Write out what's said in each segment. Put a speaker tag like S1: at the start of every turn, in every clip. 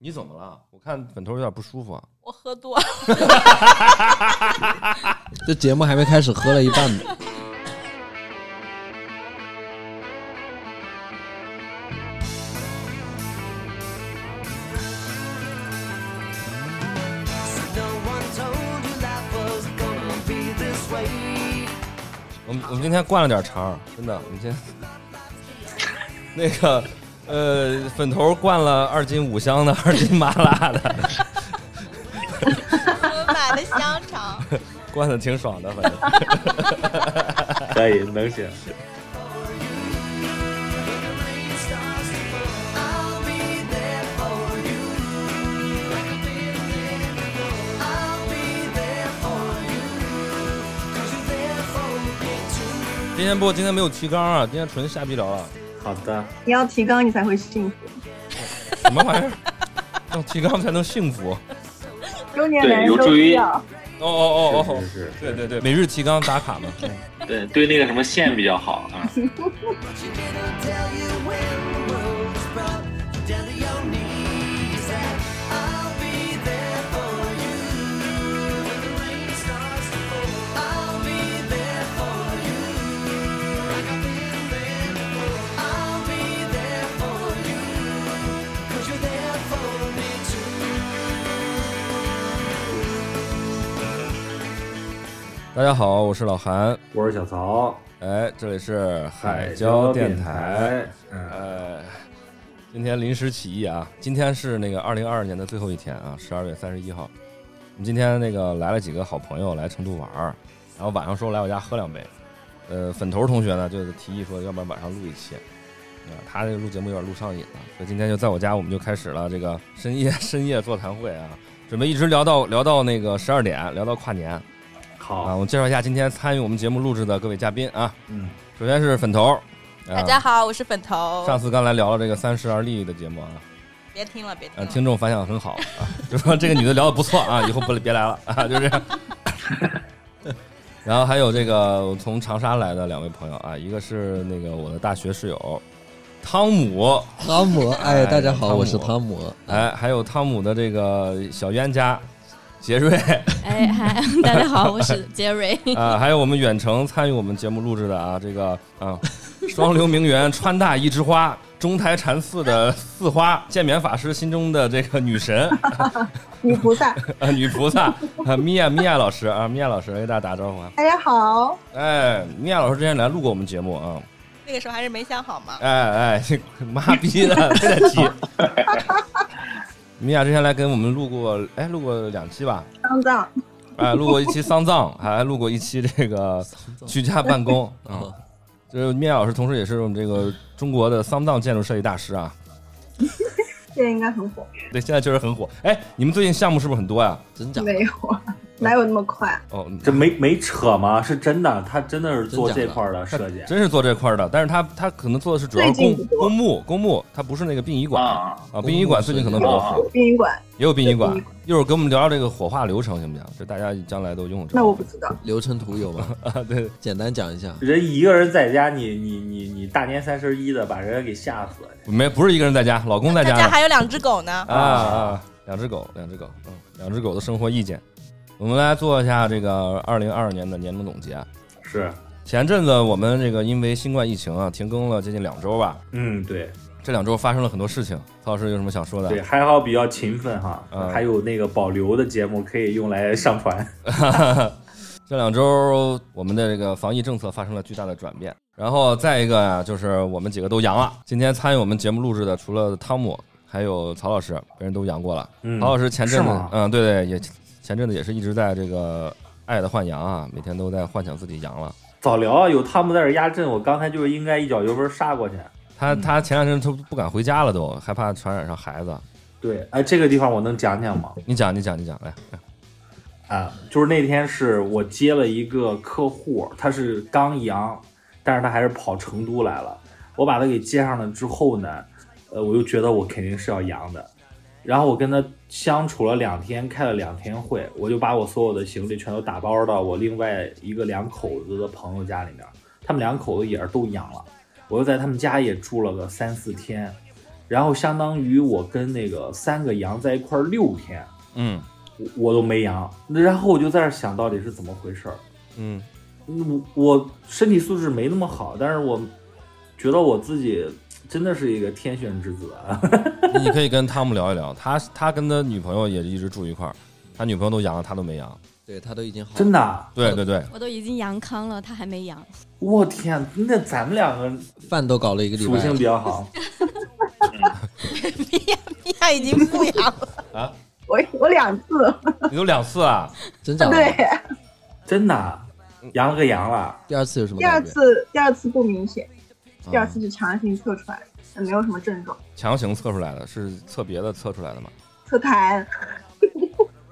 S1: 你怎么了？我看粉头有点不舒服啊。
S2: 我喝多了，
S3: 这节目还没开始，喝了一半呢。
S4: No one told you life was gonna be this way.
S1: 我们我们今天灌了点肠儿，真的，我们今天那个呃粉头灌了二斤五香的，二斤麻辣的，
S2: 我买的香肠，
S1: 灌的挺爽的，反正。
S5: 可以，能行。
S4: I'll be there for you. I'll be there for you. Cause you're there for me too.
S1: 今天不，今天没有提纲啊，今天纯瞎逼聊了，
S5: 好的，
S6: 你要提纲，你才会幸福。
S1: 什么玩意儿？要提纲才能幸福。
S6: 中年男
S5: 对有
S6: 人都
S5: 助于
S6: 需要。
S1: 哦哦哦哦，
S5: 是是是
S1: 对对对，每日提纲打卡嘛。
S5: 对对，那个什么线比较好啊。
S4: But you didn't tell you when the world was brought you down to your knees. That I'll be there for you. When the rain starts to fall, I'll be there for you. Like I've been there before. I'll be there for you. Cause you're there for me too.
S1: 大家好，我是老韩，
S5: 我是小曹，
S1: 哎，这里是海
S5: 椒
S1: 椒电台。
S5: 台，嗯，
S1: 呃，今天临时起意啊，今天是那个二零二二年的最后一天啊，十二月三十一号。我们今天那个来了几个好朋友来成都玩儿，然后晚上说来我家喝两杯。呃，粉头同学呢就提议说，要不然晚上录一期。啊，他这个录节目有点录上瘾了，所以今天就在我家，我们就开始了这个深夜深夜座谈会啊，准备一直聊到聊到那个十二点，聊到跨年啊。
S5: 好，
S1: 我介绍一下今天参与我们节目录制的各位嘉宾啊，
S5: 嗯，
S1: 首先是粉头，啊
S2: 大家好，我是粉头。
S1: 上次刚才聊了这个三十而立的节目啊，
S2: 别听了，别听
S1: 呃，
S2: 了，
S1: 听众反响很好啊， 就说这个女的聊的不错 啊，以后不别来了啊，就这样。 然后还有这个从长沙来的两位朋友啊，一个是那个我的大学室友汤姆，
S3: 汤 姆，哎，大家
S1: 汤
S3: 好，
S1: 姆
S3: 我是汤姆。
S1: 哎，还有汤姆的这个小冤家杰瑞
S7: 哎嗨， 大家好，我 是杰瑞。
S1: 啊，还有我们远程参与我们节目录制的啊，这个啊，双流名媛川大一枝花。中台禅寺的寺花，建棉法师心中的这个女神，
S6: 女菩萨，
S1: 啊，女菩萨 啊，米娅米娅老师啊，米娅老师给大家打招呼啊。
S6: 大家好，
S1: 哎，米娅老师之前来录过我们节目啊。
S2: 那个时候还是没想好嘛。
S1: 哎哎，妈逼的， 非 得提。米娅之前来跟我们录过，哎，录过两期吧？
S6: 当当，
S1: 哎，录过一期 丧葬，还录过一期这个居家办公啊。
S3: 哦
S1: 嗯就是米娅老师，同时也是我们这个中国的丧葬建筑设计大师啊。
S6: 这应该很火。
S1: 对，现在确实很火。哎，你们最近项目是不是很多呀？
S3: 真假？
S6: 没有，啊哪有那么快？啊
S1: 哦，
S5: 这没没扯吗？是真的，他真的是做
S3: 真假
S5: 这
S3: 的
S5: 块儿的设计
S1: 真是做这块儿的，但是他他可能做的是主要是
S6: 最近
S1: 公
S6: 不多
S1: 公墓公墓，他不是那个殡仪馆啊。
S5: 啊，
S1: 殡仪馆最近可能比较
S5: 啊
S1: 火，
S6: 有殡仪馆？
S1: 也有殡仪馆
S6: 对殡仪。
S1: 一会儿跟我们聊聊这个火化流程行不行？这大家将来都用得着。
S6: 那我不知道。
S3: 流程图有吗？
S1: 啊， 对，
S3: 简单讲一下。
S5: 人一个人在家，你你你你大年三十一的把人家给吓死了。
S1: 没不是一个人在家，老公在
S2: 大
S1: 呢
S2: 家。还有两只狗呢，
S1: 啊啊，两只狗，两只狗，嗯，两只狗的生活意见。我们来做一下这个二零二二年的年终总结。啊
S5: 是，
S1: 前阵子我们这个因为新冠疫情啊停更了接近两周吧，
S5: 嗯，对
S1: 这两周发生了很多事情。曹老师有什么想说的？
S5: 对，嗯还好比较勤奋哈
S1: 啊，
S5: 还有那个保留的节目可以用来上 传。
S1: 这两周我们的这个防疫政策发生了巨大的转变，然后再一个啊，就是我们几个都阳了。今天参与我们节目录制的，除了汤姆，还有曹老师，别人都阳过了。
S5: 嗯，
S1: 曹老师前
S5: 是
S1: 阵子
S5: 吗，
S1: 嗯，对对，也前阵子也是一直在这个爱的幻阳啊，每天都在幻想自己阳了。
S5: 早聊啊，有汤姆在这压阵，我刚才就是应该一脚油门杀过去。
S1: 他
S5: 嗯
S1: 他前两天都不敢回家了都，害怕传染上孩子。
S5: 对，哎，这个地方我能讲讲吗？
S1: 你讲，你讲，你讲，来，
S5: 啊，就是那天是我接了一个客户，他是刚阳，但是他还是跑成都来了。我把他给接上了之后呢，呃，我就觉得我肯定是要阳的。然后我跟他相处了两天，开了两天会，我就把我所有的行李全都打包到我另外一个两口子的朋友家里面，他们两口子也是都阳了，我就在他们家也住了个三四天。然后相当于我跟那个三个羊在一块儿六天，
S1: 嗯
S5: 我我都没阳，然后我就在这儿想到底是怎么回事儿。
S1: 嗯
S5: 嗯我我身体素质没那么好，但是我觉得我自己真的是一个天选之子 啊。
S1: 你可以跟汤姆聊一聊，他他跟他女朋友也一直住一块儿，他女朋友都阳了，他都没阳。
S3: 对他都已经好了，
S5: 真的啊，
S1: 对对对，
S7: 我都已经阳康了，他还没阳。
S5: 我天，那咱们两个
S3: 饭都搞了一个礼
S5: 属
S3: 拜
S5: 性比
S3: 了，
S5: 较好。
S2: 米娅，米娅已经复阳了，
S6: 我我两次，
S1: 啊你都两次啊？嗯
S3: 真假的？
S6: 对，
S5: 真的啊，阳了个阳了，
S3: 第二次有什么
S6: 第二
S3: 感觉？
S6: 次第二次不明显，
S3: 嗯
S6: 第二次是强行测出来的，也没有什么症状，
S1: 强行测出来的，是测别的测出来的吗？
S6: 测痰，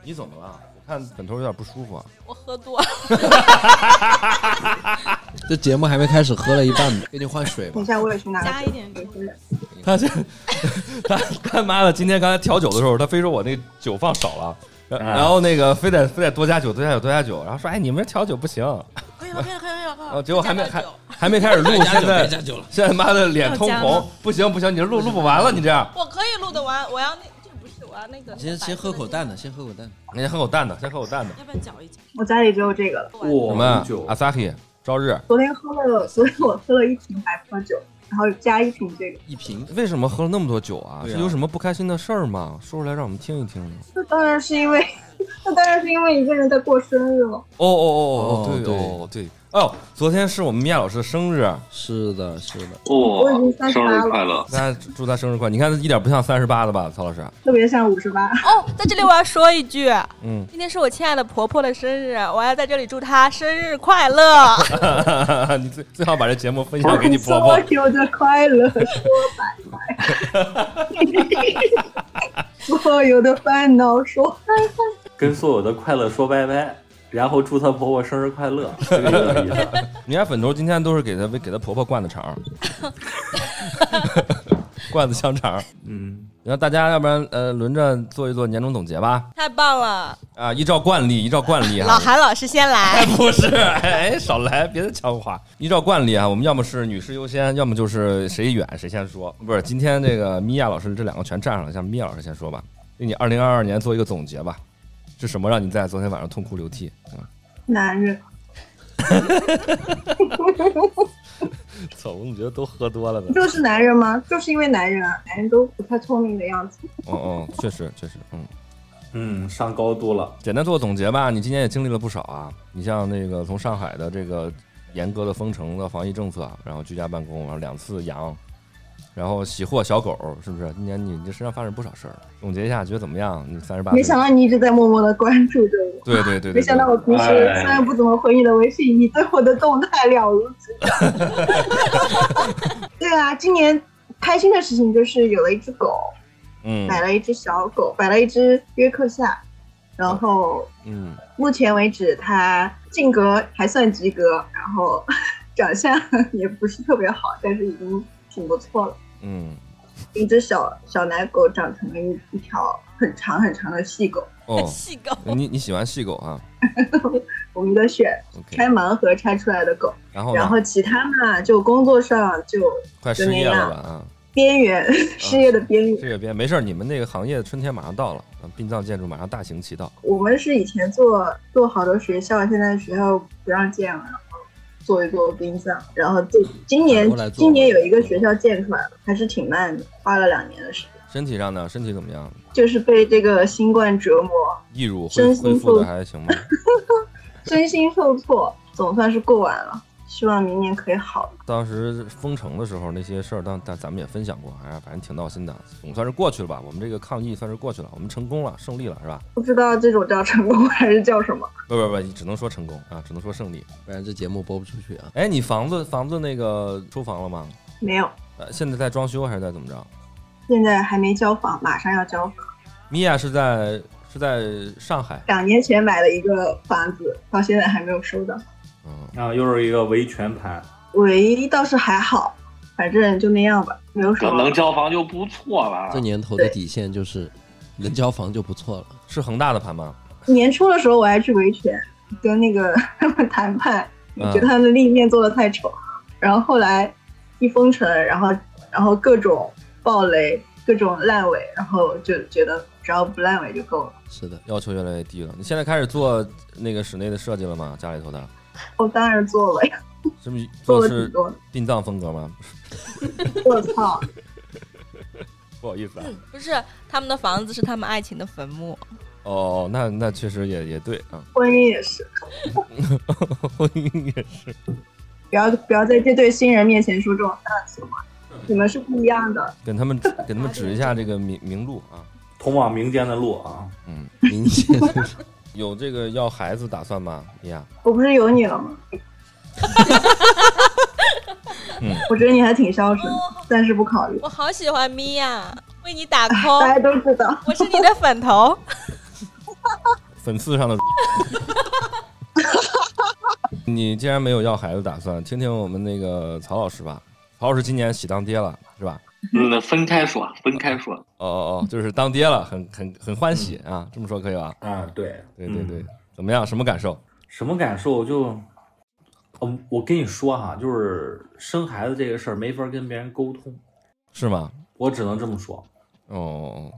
S1: 你怎么了？我看本头有点不舒服啊。
S2: 我喝多了，
S3: 这节目还没开始，喝了一半，给你换水吧
S6: 等一。下我也去拿
S7: 加
S6: 个
S7: 一点
S6: 水喝着。
S1: 他这他他妈的，今天刚才调酒的时候，他非说我那酒放少了，然
S5: 啊
S1: 然后那个非得非得多加酒，多加酒，多加酒，然后说哎，你们这调酒不行，
S2: 可以了，可以了，可以了可以
S1: 然后
S2: 了。
S1: 哦结果还没
S2: 加
S1: 还
S2: 点酒
S1: 还没开 始录，现在
S3: 加酒了，
S1: 现在妈的脸通
S7: 要加
S1: 红
S7: 吗，
S1: 不行不行，你这录录不完了，你这样，
S2: 我可以录得完，我要那这不是我要那个。
S3: 先先喝口淡的，，先喝口淡的。
S1: 你先喝口淡的，先喝口淡的，
S7: 要不然搅一搅。
S6: 我家里只有这个了，
S5: 我
S1: 什么
S5: 酒
S1: 阿萨克朝日，
S6: 昨天喝了，昨天我喝了一瓶白葡萄酒，然后加一瓶这个，
S3: 一瓶，
S1: 为什么喝了那么多酒啊？
S3: 对啊
S1: 是有什么不开心的事儿吗？说出来让我们听一听呢。
S6: 那当然是因为，那当然是因为一个人在过生日了。
S1: 哦哦哦哦，
S3: 哦
S1: 对哦对哦，昨天是我们米娅老师的生日，
S3: 是的，是的，
S6: 我已经
S8: 哦，
S6: 38
S8: 生日快乐！
S1: 大家祝他生日快乐！你看，一点不像三十八的吧，曹老师？
S6: 特别像五十八，
S2: 哦，在这里我要说一句，
S1: 嗯，
S2: 今天是我亲爱的婆婆的生日，我要在这里祝她生日快乐。
S1: 你最最好把这节目分享给你婆婆
S6: 说。有的快乐，说拜拜， 所有的烦恼说
S5: 跟所有的快乐说拜拜，然后祝她婆婆生日快乐，这个有点意思。
S1: 你看粉头今天都是给她给她婆婆灌的肠儿， 灌的香肠儿。
S5: 嗯，
S1: 然后大家要不然呃轮着做一做年终总结吧。
S2: 太棒了，
S1: 啊，依照惯例，依照惯例
S2: 老
S1: 哈。
S2: 韩老师先来，
S1: 哎，。 不是，哎，少来，别再抢话。依照惯例啊，我们要么是女士优先，要么就是谁远谁先说。不是，今天这个米娅老师这两个全占上了，像米娅老师先说吧，对你二零二二年做一个总结吧，是什么让你在昨天晚上痛哭流涕？嗯，
S6: 男人，
S1: 操，我怎么觉得都喝多了呢？
S6: 就是男人吗？就是因为男人啊，男人都不太聪明的样子。
S1: 嗯嗯，确实确实，嗯，
S5: 嗯，上高度了，
S1: 简单做个总结吧。你今年也经历了不少啊，你像那个从上海的这个严格的封城的防疫政策，然后居家办公，然后两次阳，然后喜获小狗，是不是？今年你这身上发生不少事儿。总结一下，觉得怎么样？你三十八，
S6: 没想到你一直在默默的关注着我，
S1: 对对对对，
S6: 没想到我平时
S5: 哎
S6: 虽然不怎么回你的微信，你对我的动态了如指 掌。对啊，今年开心的事情就是有了一只狗，
S1: 嗯
S6: 买了一只小狗，买了一只约克夏，然后
S1: 嗯，
S6: 目前为止它性格还算及格，然后 长相也不是特别好，但是已经挺不错了。
S1: 嗯，
S6: 一只小小奶狗长成了一一条很长很长的细狗。
S1: 哦
S2: 细狗，
S1: 你你喜欢细狗啊
S6: 我们的选
S1: ？OK，
S6: 拆盲盒拆出来的狗，
S1: 然后呢？
S6: 然后其他嘛，就工作上就
S1: 快失业了吧啊？
S6: 边缘 失业的边缘。
S1: 这个边没事儿，你们那个行业春天马上到了，啊殡葬建筑马上大行其道。
S6: 我们是以前做做好多学校，现在学校不让建了，然后做一做殡葬，然后这今年
S3: 反过来做
S6: 今年有一个学校建出来了，还是挺慢的，花了两年的时间，
S1: 身体上呢？身体怎么样？
S6: 就是被这个新冠折磨，
S1: 义乳恢
S6: 身心
S1: 恢复
S6: 不
S1: 的还行吗？
S6: 身心受挫，总算是过完了，希望明年可以好。
S1: 当时封城的时候那些事儿，当但咱们也分享过，哎呀，反正挺闹心的，总算是过去了吧。我们这个抗疫算是过去了，我们成功了，胜利了，是吧？
S6: 不知道这种叫成功还是叫什么？
S1: 不不不，只能说成功啊，只能说胜利。
S3: 不然这节目播不出去啊。
S1: 哎，你房子房子那个收房了吗？
S6: 没有，
S1: 呃，现在在装修还是在怎么着？
S6: 现在还没交房，马上要交房。
S1: 米娅是在是在上海，
S6: 两年前买了一个房子，到现在还没有收到。
S1: 嗯，
S5: 啊，又是一个维权盘，
S6: 围倒是还好，反正就那样吧，没有什么
S8: 能。能交房就不错了
S3: 这。年头的底线就是能交房就不错了。
S1: 是恒大的盘吗？
S6: 年初的时候我还去维权，跟那 个他们谈判，
S1: 嗯
S6: 觉得他们立面做的太丑，然后后来一封城，然后然后各种暴雷，各种烂尾，然后就觉得只要不烂尾就够了。
S3: 是的，
S1: 要求越来越低了。你现在开始做那个室内的设计了吗？家里头的，
S6: 我哦当然做了呀，
S1: 是不是做的
S6: 做了挺
S1: 是
S6: 多的。
S1: 殡葬风格吗？
S6: 我操，
S1: 不好意思啊。
S2: 嗯不是他们的房子是他们爱情的坟墓，
S1: 哦，那那确实也也对啊，
S6: 婚姻也是，
S1: 婚姻也是。
S6: 不要不要在这对新人面前说这种大词话，
S8: 嗯
S6: 你们是不一样的。
S1: 跟他们指给他们指一下这个明明路啊。
S5: 通往民间的路啊。
S1: 嗯，
S3: 民间的
S1: 有这个要孩子打算吗？啊呀，
S6: 我不是有你了吗？
S1: 嗯
S6: 我觉得你还挺孝顺的，暂时不考虑。
S2: 哦我好喜欢米娅，为你打 call，
S6: 大家都知道，
S2: 我是你的粉头。
S1: 粉丝 上的。你既然没有要孩子打算，听听我们那个曹老师吧。曹老师今年喜当爹了，是吧？
S8: 嗯，分开说，分开说。
S1: 哦哦哦，就是当爹了，很很很欢喜啊，这么说可以吧？
S5: 啊，对，
S1: 对对
S5: 嗯
S1: 对，怎么样？什么感受？
S5: 什么感受？就，嗯，我跟你说哈，就是生孩子这个事儿没法跟别人沟通，
S1: 是吗？
S5: 我只能这么说，
S1: 哦，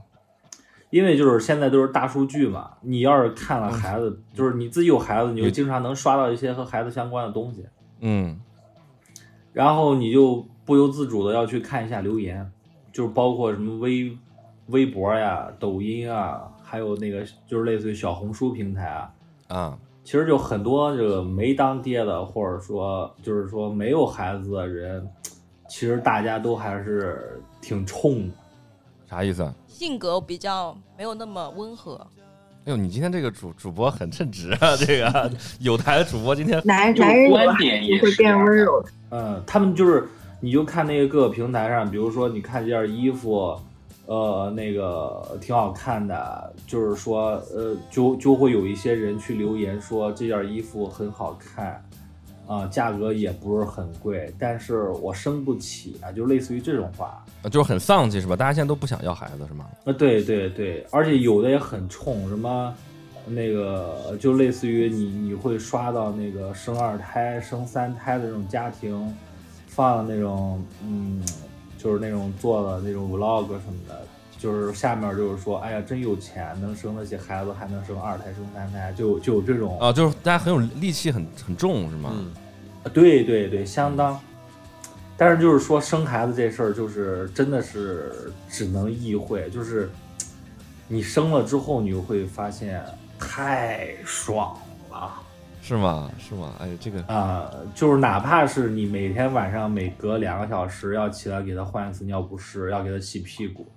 S5: 因为就是现在都是大数据嘛，你要是看了孩子，就是你自己有孩子，你就经常能刷到一些和孩子相关的东西，
S1: 嗯，
S5: 然后你就不由自主的要去看一下留言，就是包括什么微微博呀、抖音啊，还有那个就是类似于小红书平台啊，
S1: 啊，
S5: 其实就很多这个没当爹的，或者说就是说没有孩子的人，其实大家都还是挺冲的。
S1: 啥意思？啊？
S2: 性格比较没有那么温和，
S1: 哎呦，你今天这个主主播很称职啊！ 这个有 台的主播今天
S6: 男
S8: 就
S6: 男人有了
S8: 观
S6: 孩
S8: 点
S6: 子
S8: 也
S6: 会
S8: 是这
S6: 变
S8: 样
S6: 温
S8: 的
S6: 柔的。
S5: 嗯，他们就是，你就看那个各个平台上，比如说你看这件衣服，呃，那个挺好看的，就是说，呃，就就会有一些人去留言说这件衣服很好看，啊、价格也不是很贵，但是我生不起啊，就类似于这种话。
S1: 啊就是很丧气是吧？大家现在都不想要孩子是吗？
S5: 啊，对对对，而且有的也很冲，什么那个就类似于你你会刷到那个生二胎、生三胎的这种家庭，放那种嗯，就是那种做的那种 vlog 什么的，就是下面就是说，哎呀，真有钱，能生得起孩子，还能生二胎、生三胎，就就有这种
S1: 啊，就是大家很有戾气很很重是吗？
S3: 嗯，
S5: 对对对，相当。但是就是说生孩子这事儿，就是真的是只能意会，就是你生了之后，你就会发现太爽了
S1: 是吗？是吗？哎，这个
S5: 啊、就是哪怕是你每天晚上每隔两个小时要起来给他换一次尿不湿，要给他洗屁股，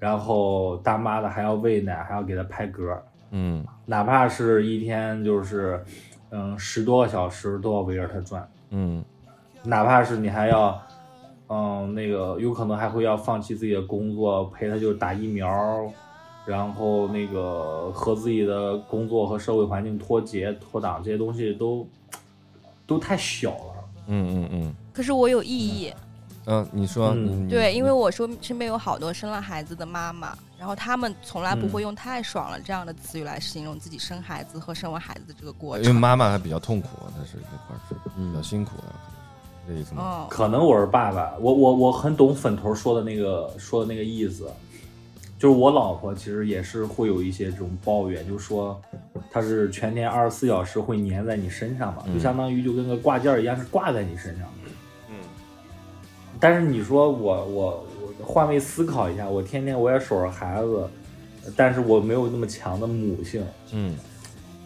S5: 然后大妈的还要喂奶，还要给他拍嗝，
S1: 嗯，
S5: 哪怕是一天就是嗯十多个小时都要围着他转。
S1: 嗯，
S5: 哪怕是你还要，嗯，那个有可能还会要放弃自己的工作，陪他就打疫苗，然后那个和自己的工作和社会环境脱节、脱档，这些东西都都太小了。
S1: 嗯嗯嗯，
S2: 可是我有异议。
S1: 嗯、你说，
S5: 嗯
S1: 你
S2: 对，因为
S1: 你
S2: 我说身边有好多生了孩子的妈妈，然后她们从来不
S5: 嗯
S2: 会用“太爽了”这样的词语来形容自己生孩子和生完孩子的这个过
S1: 因为
S5: 嗯
S2: 程。
S1: 妈妈还比较痛苦，啊她是那块儿是比较
S3: 嗯，
S1: 辛苦的，可能是这意思吗？
S2: 哦，
S5: 可能我是爸爸，我我我很懂粉头说的那个说的那个意思，就是我老婆其实也是会有一些这种抱怨，就说她是全天二十四小时会粘在你身上嘛，
S1: 嗯
S5: 就相当于就跟个挂件儿一样是挂在你身上。
S1: 嗯，
S5: 但是你说我我我换位思考一下，我天天我也守着孩子，但是我没有那么强的母性，
S1: 嗯，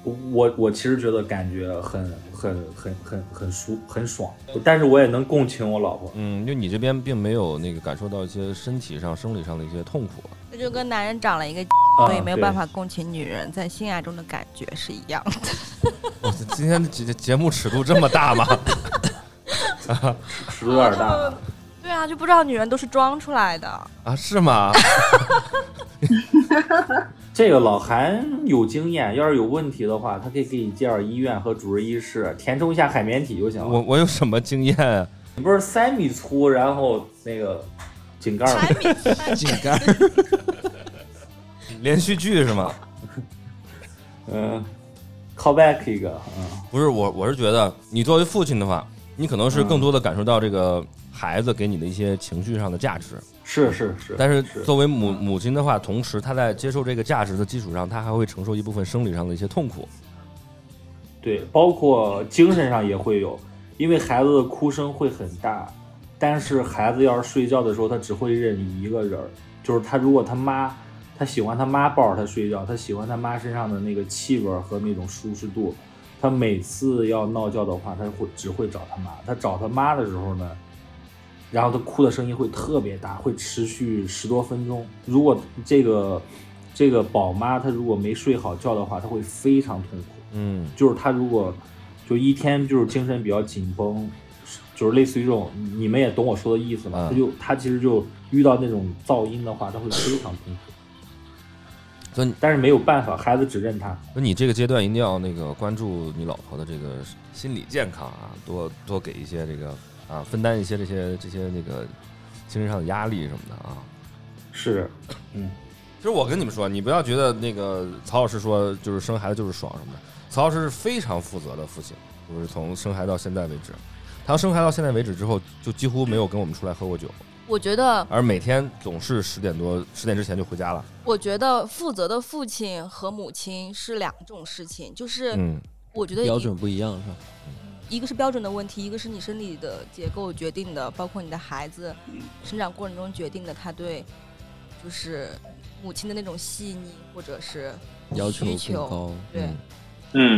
S5: 我我其实觉得感觉很很很很很舒很爽，但是我也能共情我老婆。
S1: 嗯，就你这边并没有那个感受到一些身体上、生理上的一些痛苦，啊
S2: 这就跟男人长了一个，
S5: 啊
S2: 所以没有办法共情女人在性爱中的感觉是一样的。
S1: 我这哦今天的节节目尺度这么大吗？
S5: 尺度有点大啊。
S2: 对啊，就不知道女人都是装出来的。
S1: 啊，是吗？
S5: 这个老韩有经验，要是有问题的话，他可以给你介绍医院和主治医师，填充一下海绵体就行
S1: 我
S5: 了。
S1: 我有什么经验啊？
S5: 你不是三米粗，然后那个井盖吗？
S2: 米，
S3: 井盖儿，
S1: 连续剧是吗？
S5: 嗯，call back 一个，嗯
S1: 不是我，我是觉得你作为父亲的话，你可能是更多的感受到这个孩子给你的一些情绪上的价值，
S5: 嗯是是是，
S1: 但是
S5: 是
S1: 作为母母亲的话，同时她在接受这个价值的基础上，她还会承受一部分生理上的一些痛苦。
S5: 对，包括精神上也会有，因为孩子的哭声会很大，但是孩子要是睡觉的时候，他只会认你一个人儿，就是他如果他妈，他喜欢他妈抱着他睡觉，他喜欢他妈身上的那个气味儿和那种舒适度，他每次要闹觉的话，他会只会找他妈，他找他妈的时候呢。然后他哭的声音会特别大，会持续十多分钟。如果这个这个宝妈她如果没睡好觉的话，她会非常痛苦。
S1: 嗯
S5: 就是他如果就一天就是精神比较紧绷，就是类似于这种，你们也懂我说的意思吧？
S1: 嗯
S5: 他就他其实就遇到那种噪音的话，他会非常痛苦。
S1: 所以你
S5: 但是没有办法，孩子只认他。
S1: 那你这个阶段一定要那个关注你老婆的这个心理健康啊，多多给一些这个啊，分担一些这些这些那个精神上的压力什么的啊。
S5: 是，嗯，
S1: 其实我跟你们说，你不要觉得那个曹老师说就是生孩子就是爽什么的，曹老师是非常负责的父亲，就是从生孩到现在为止，他生孩到现在为止之后，就几乎没有跟我们出来喝过酒，
S9: 我觉得，
S1: 而每天总是十点多十点之前就回家了。
S9: 我觉得负责的父亲和母亲是两种事情，就是
S1: 嗯，
S9: 我觉得一
S3: 标准不一样是吧？
S9: 一个是标准的问题，一个是你生理的结构决定的，包括你的孩子
S1: 嗯
S9: 生长过程中决定的，他对就是母亲的那种细腻或者是
S3: 要求
S9: 需
S3: 更
S9: 求，
S3: 高，
S9: 对、
S1: 嗯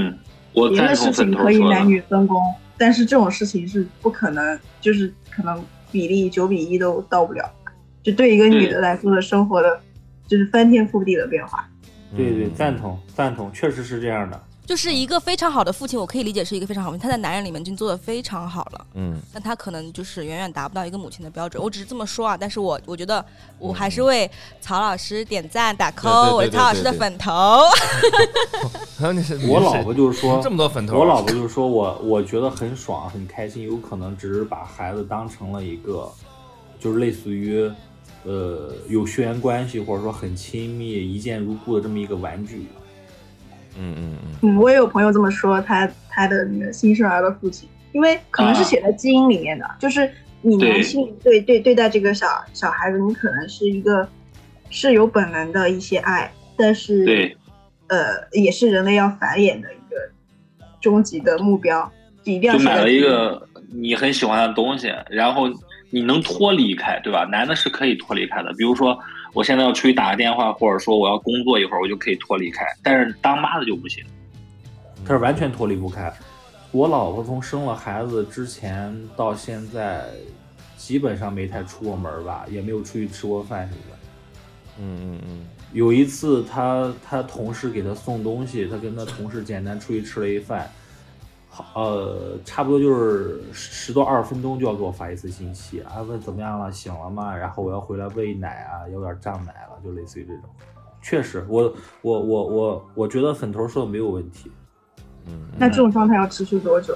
S8: 嗯，我
S6: 别
S8: 赞
S6: 的事
S8: 同
S6: 情
S8: 粉头
S6: 可以
S8: 说
S6: 男
S8: 的。
S6: 女分工，但是这种事情是不可能，就是可能比例九比一都到不了。就对一个女的来说的生活的，就是翻天覆地的变化。
S1: 嗯
S5: 对对，赞同赞同，确实是这样的。
S9: 就是一个非常好的父亲，我可以理解是一个非常好的父亲，他在男人里面已经做的非常好了。
S1: 嗯，
S9: 但他可能就是远远达不到一个母亲的标准。我只是这么说啊，但是我我觉得我还是为曹老师点赞打 call，我
S1: 嗯对对对
S9: 是曹老师的粉头。
S5: 我老婆就是说，
S1: 这么多粉头，
S5: 我老婆就是说我我觉得很爽很开心，有可能只是把孩子当成了一个，就是类似于，呃，有血缘关系或者说很亲密、一见如故的这么一个玩具。
S1: 嗯嗯嗯，
S6: 嗯，我也有朋友这么说，他他的那个新生儿的父亲，因为可能是写在基因里面的，就是你
S8: 啊对
S6: 男性对对对待这个小小孩子，你可能是一个是有本能的一些爱，但是
S8: 对，
S6: 呃，也是人类要繁衍的一个终极的目标，一定要
S8: 就是买
S6: 在
S8: 了一个你很喜欢的东西，然后你能脱离开，对吧？男的是可以脱离开的，比如说我现在要出去打个电话，或者说我要工作一会儿，我就可以脱离开。但是当妈的就不行。
S5: 他是完全脱离不开。我老婆从生了孩子之前到现在，基本上没太出过门儿吧，也没有出去吃过饭什么的。
S1: 嗯嗯嗯，
S5: 有一次她，她同事给她送东西，她跟她同事简单出去吃了一饭，好呃，差不多就是十到二十分钟就要给我发一次信息啊，问怎么样了，醒了吗？然后我要回来喂奶啊，有点胀奶了，就类似于这种。确实，我我我我我觉得粉头说的没有问题，
S1: 嗯
S6: 那这种状态要持续多久？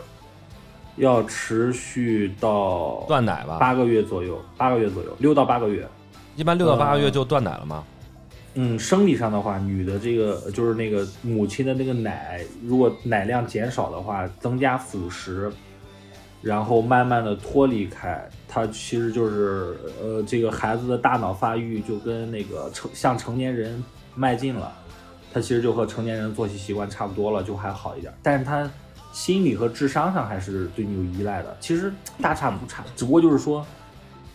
S5: 要持续到
S1: 断奶吧，
S5: 八个月左右，八个月左右，六到八个月。
S1: 一般六到八个月就断奶了吗？
S5: 嗯，生理上的话，女的这个就是那个母亲的那个奶，如果奶量减少的话，增加辅食，然后慢慢的脱离开，它其实就是呃，这个孩子的大脑发育就跟那个成向成年人迈进了，他其实就和成年人的作息习惯差不多了，就还好一点，但是他心理和智商上还是对你有依赖的，其实大差不差，只不过就是说。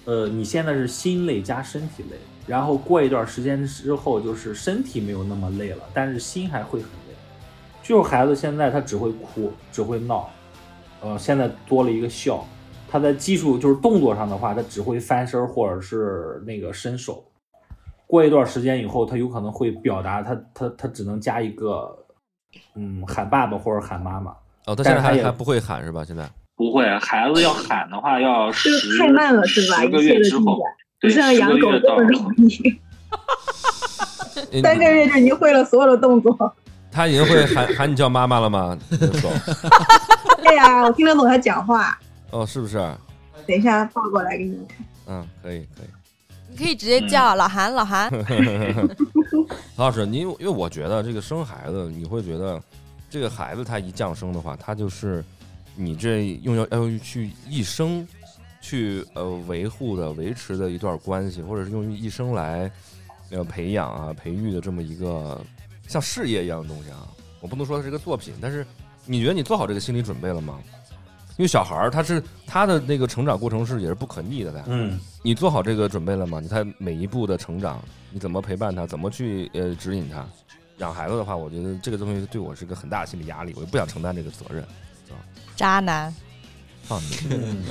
S5: 呃，你现在是心累加身体累，然后过一段时间之后，就是身体没有那么累了，但是心还会很累。就是孩子现在他只会哭，只会闹，呃，现在多了一个笑。他在技术就是动作上的话，他只会翻身或者是那个伸手。过一段时间以后，他有可能会表达他他他只能加一个，嗯，喊爸爸或者喊妈妈。
S1: 哦，他现在
S5: 但
S1: 还
S5: 是他也
S1: 还不会喊是吧？现在
S8: 不会，孩子要喊的话要
S6: 就
S8: 十
S6: 是太慢了，是吧？
S8: 十
S6: 一
S8: 个
S6: 切
S8: 月
S6: 的
S8: 之
S6: 进展
S8: 后，，
S6: 不
S8: 对，十
S6: 像养
S8: 个
S6: 狗
S8: 月
S6: 这
S8: 到
S6: 么容易，
S1: 哎
S6: 三个月就已经会了所有的动作。
S1: 他已经会喊喊你叫妈妈了吗？你的手
S6: 对呀、我听得懂他讲话。
S1: 哦，是不是？
S6: 等一下抱过来给你们看。
S1: 嗯，可以可以。
S9: 你可以直接叫、
S1: 嗯
S9: 老韩，老韩，
S1: 曹老师，你因为我觉得这个生孩子，你会觉得这个孩子他一降生的话，他就是你这用要要去一生去呃维护的、维持的一段关系，或者是用一生来呃培养啊、培育的这么一个像事业一样的东西啊。我不能说它是个作品，但是你觉得你做好这个心理准备了吗？因为小孩儿他是他的那个成长过程是也是不可逆的呀。
S5: 嗯，
S1: 你做好这个准备了吗？你他每一步的成长，你怎么陪伴他，怎么去呃指引他？养孩子的话，我觉得这个东西对我是个很大的心理压力，我就不想承担这个责任。
S2: 渣男，
S1: 放你，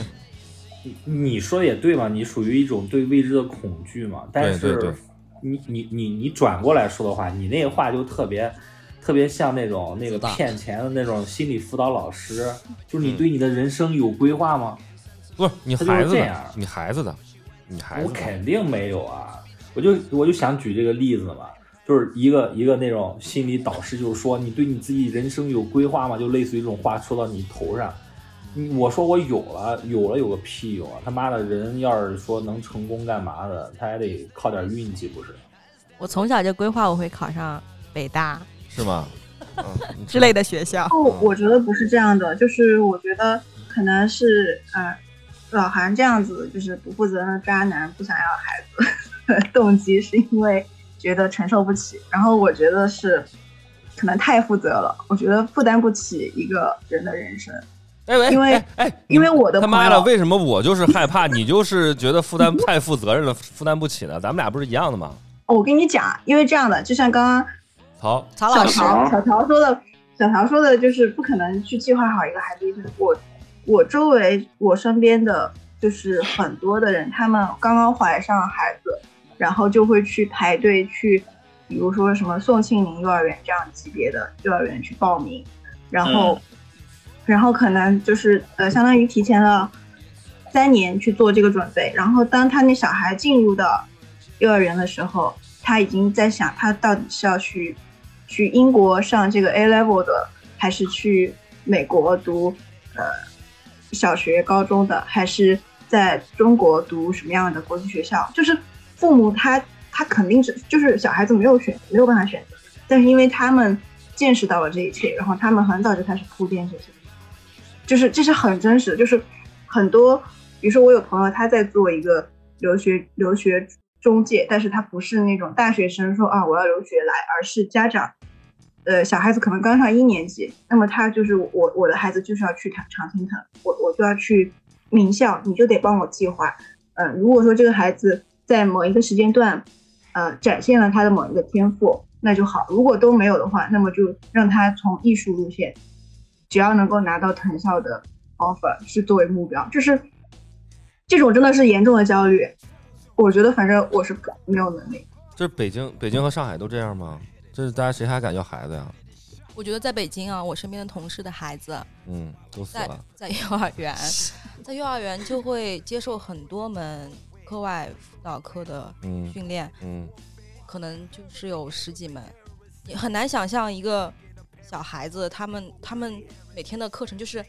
S5: 你你说的也对嘛，你属于一种对未知的恐惧嘛。但是
S1: 对对对
S5: 你你你你转过来说的话，你那个话就特别特别像那种那个
S3: 自大
S5: 骗钱的那种心理辅导老师，就是你对你的人生有规划吗？
S1: 不是你
S5: 他就是
S1: 孩子
S5: 这
S1: 的
S5: 样，
S1: 你孩子的，你孩
S5: 我
S1: 子的，
S5: 肯定没有啊！我就我就想举这个例子嘛，就是一个一个那种心理导师，就是说你对你自己人生有规划吗？就类似于这种话说到你头上。你我说我有了，有了有个屁用啊！他妈的人要是说能成功干嘛的，他还得靠点运气，不是？
S2: 我从小就规划我会考上北大
S1: 是吗？嗯，你
S2: 之类的学校。
S6: 哦，我觉得不是这样的，就是我觉得可能是呃，老韩这样子就是不负责任的渣男，不想要孩子， 动机是因为觉得承受不起。然后我觉得是可能太负责了，我觉得负担不起一个人的人生。
S1: 哎喂，
S6: 因为
S1: 哎哎，
S6: 因为我的
S1: 他
S6: 朋
S1: 妈的，
S6: 友，
S1: 为什么我就是害怕，你就是觉得负担太负责任了，负担不起呢？咱们俩不是一样的吗？
S6: 哦我跟你讲，因为这样的，就像刚刚
S1: 好，
S2: 曹
S6: 小
S2: 老师，
S6: 桃
S8: 啊
S6: 小桃说的，小桃说的就是不可能去计划好一个孩子一生。我我周围我身边的就是很多的人，他们刚刚怀上孩子，然后就会去排队去，比如说什么宋庆龄幼儿园这样级别的幼儿园去报名，然后、然后可能就是呃，相当于提前了三年去做这个准备。然后当他那小孩进入到幼儿园的时候，他已经在想他到底是要去去英国上这个 A level 的，还是去美国读呃小学、高中的，还是在中国读什么样的国际学校？就是父母他他肯定是就是小孩子没有选没有办法选择，但是因为他们见识到了这一切，然后他们很早就开始铺垫这些，就是这是很真实的，就是很多，比如说我有朋友他在做一个留学留学中介，但是他不是那种大学生说啊我要留学来，而是家长，呃小孩子可能刚上一年级，那么他就是我我的孩子就是要去常常青藤，我我就要去名校，你就得帮我计划，呃如果说这个孩子在某一个时间段，呃展现了他的某一个天赋。那就好，如果都没有的话，那么就让他从艺术路线，只要能够拿到藤校的 offer 是作为目标，就是这种真的是严重的焦虑。我觉得反正我是没有能力，
S1: 这北京、北京和上海都这样吗？这是大家谁还敢要孩子呀？
S2: 我觉得在北京啊，我身边的同事的孩子
S1: 嗯，都死
S2: 在
S1: 了。
S2: 在幼儿园， 在幼儿园就会接受很多门课外辅导课的
S1: 嗯
S2: 训练，
S1: 嗯，
S2: 可能就是有十几门，你很难想象一个小孩子他们他们每天的课程就是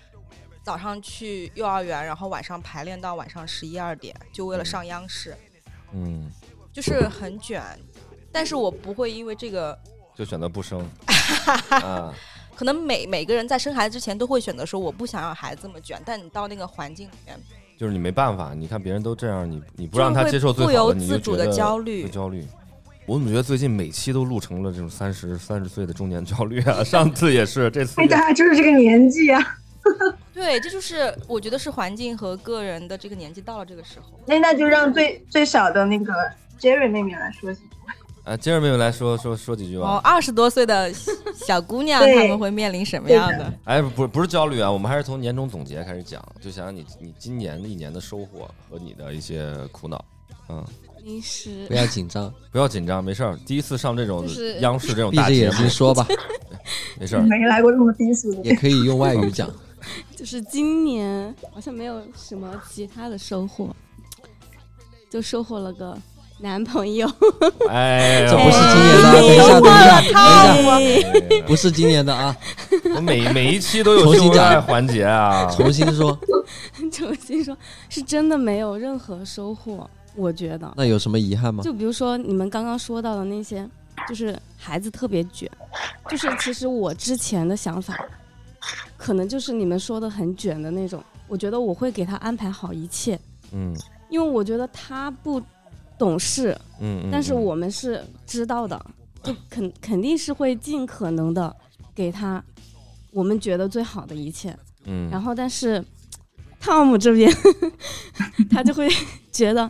S2: 早上去幼儿园，然后晚上排练到晚上十一二点，就为了上央视，
S1: 嗯，
S2: 就是很卷。但是我不会因为这个，
S1: 就选择不生 啊。
S2: 可能每每个人在生孩子之前都会选择说我不想让孩子这么卷，但你到那个环境里面，
S1: 就是你没办法，你看别人都这样，你你不让他接受最
S2: 就
S1: 好的，
S2: 会不由
S1: 你
S2: 自
S1: 就
S2: 主
S1: 觉
S2: 的
S1: 得
S2: 焦虑
S1: 会。焦虑。我怎么觉得最近每期都录成了这种三十三十岁的中年焦虑啊？ 上次也是，这次
S6: 因为
S1: 也
S6: 哎 大家就是这个年纪啊。
S2: 对，这就是我觉得是环境和个人的这个年纪到了这个时候，
S6: 那那就让最最小的那个 Jerry 妹妹来说几句。
S1: 啊，接着妹妹来说说说几句啊
S2: 哦，
S1: 吧。
S2: 二十多岁的小姑 娘
S6: 对
S2: 她们会面临什么样的？
S1: 哎，不不是焦虑啊，我们还是从年终总结开始讲，就想想你你今年的一年的收获和你的一些苦恼。嗯，
S7: 零食
S3: 不要紧张，
S1: 不要紧张，没事儿。第一次上这种
S7: 就是
S1: 央视这 种
S3: 闭
S1: 大
S3: 着
S1: 节
S3: 眼
S1: 目，
S3: 睛说吧，
S1: 没事儿。
S6: 没来过这么低俗的，
S3: 也可以用外语讲。
S7: 就是今年好像没有什么其他的收获，就收获了个男朋友。
S1: 哎 呦，
S3: 这不是今年的啊，等一下，等一下，等一下，
S1: 哎呀
S3: 不是今年的啊，
S1: 我每每一期都有
S3: 重新
S1: 秀恩
S3: 讲
S1: 爱环节啊。
S3: 重新说。
S7: 重新说，是真的没有任何收获，我觉得。
S3: 那有什么遗憾吗？
S7: 就比如说你们刚刚说到的那些，就是孩子特别卷，就是其实我之前的想法，可能就是你们说的很卷的那种。我觉得我会给他安排好一切，
S1: 嗯
S7: 因为我觉得他不懂事，
S1: 嗯嗯，
S7: 但是
S1: 嗯
S7: 我们是知道的，就肯肯定是会尽可能的给他我们觉得最好的一切。
S1: 嗯，
S7: 然后，但是汤姆这边 他就会 觉得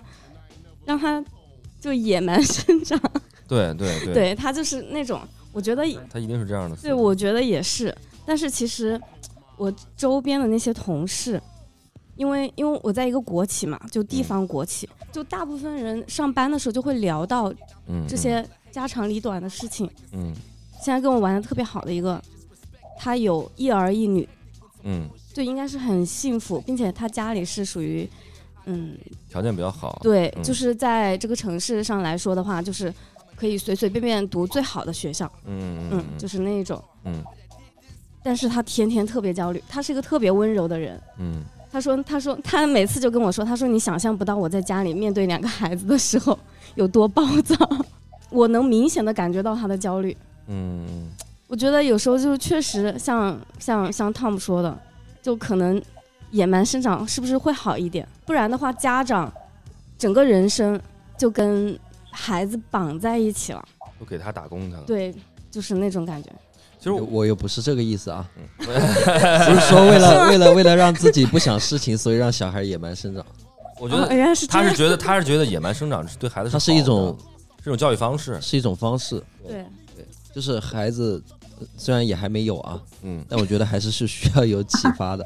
S7: 让他就野蛮生长，
S1: 对对对，
S7: 对他就是那种，我觉得
S1: 他一定是这样的思
S7: 对，
S1: 路。
S7: 我觉得也是。但是其实我周边的那些同事，因为因为我在一个国企嘛，就地
S1: 嗯
S7: 方国企，就大部分人上班的时候就会聊到
S1: 嗯
S7: 这，些家长里短的事情。
S1: 嗯
S7: 现在跟我玩的特别好的一个，他有一儿一女，
S1: 嗯，
S7: 就应该是很幸福，并且他家里是属于，嗯，
S1: 条件比较好。，
S7: 对，
S1: 嗯
S7: 就是在这个城市上来说的话，就是可以随随便便读最好的学校。
S1: 嗯
S7: 嗯，就是那种，
S1: 嗯。
S7: 但是他天天特别焦虑，他是一个特别温柔的人。
S1: 嗯
S7: 他说，他说，他每次就跟我说，他说你想象不到我在家里面对两个孩子的时候有多暴躁，我能明显的感觉到他的焦虑。
S1: 嗯嗯
S7: 我觉得有时候就确实像像像 Tom 说的，就可能野蛮生长是不是会好一点？不然的话，家长整个人生就跟孩子绑在一起了。
S1: 嗯，都给他打工去了。，
S7: 对，就是那种感觉。
S1: 其实我
S3: 我又不是这个意思啊，
S1: 嗯
S3: 不是说为了为了为了让自己不想事情，所以让小孩野蛮生长。
S1: 我
S7: 我
S1: 觉得
S7: 哦原来是这
S1: 他
S7: 样
S1: 是觉得他是觉得野蛮生长是对孩子
S3: 它
S1: 是
S3: 是
S1: 好
S3: 一
S1: 的
S3: 种
S1: 这种教育方式。
S3: 是一种方式，
S7: 对。
S3: 就是孩子呃虽然也还没有啊，
S1: 嗯
S3: 但我觉得还是是需要有启发的。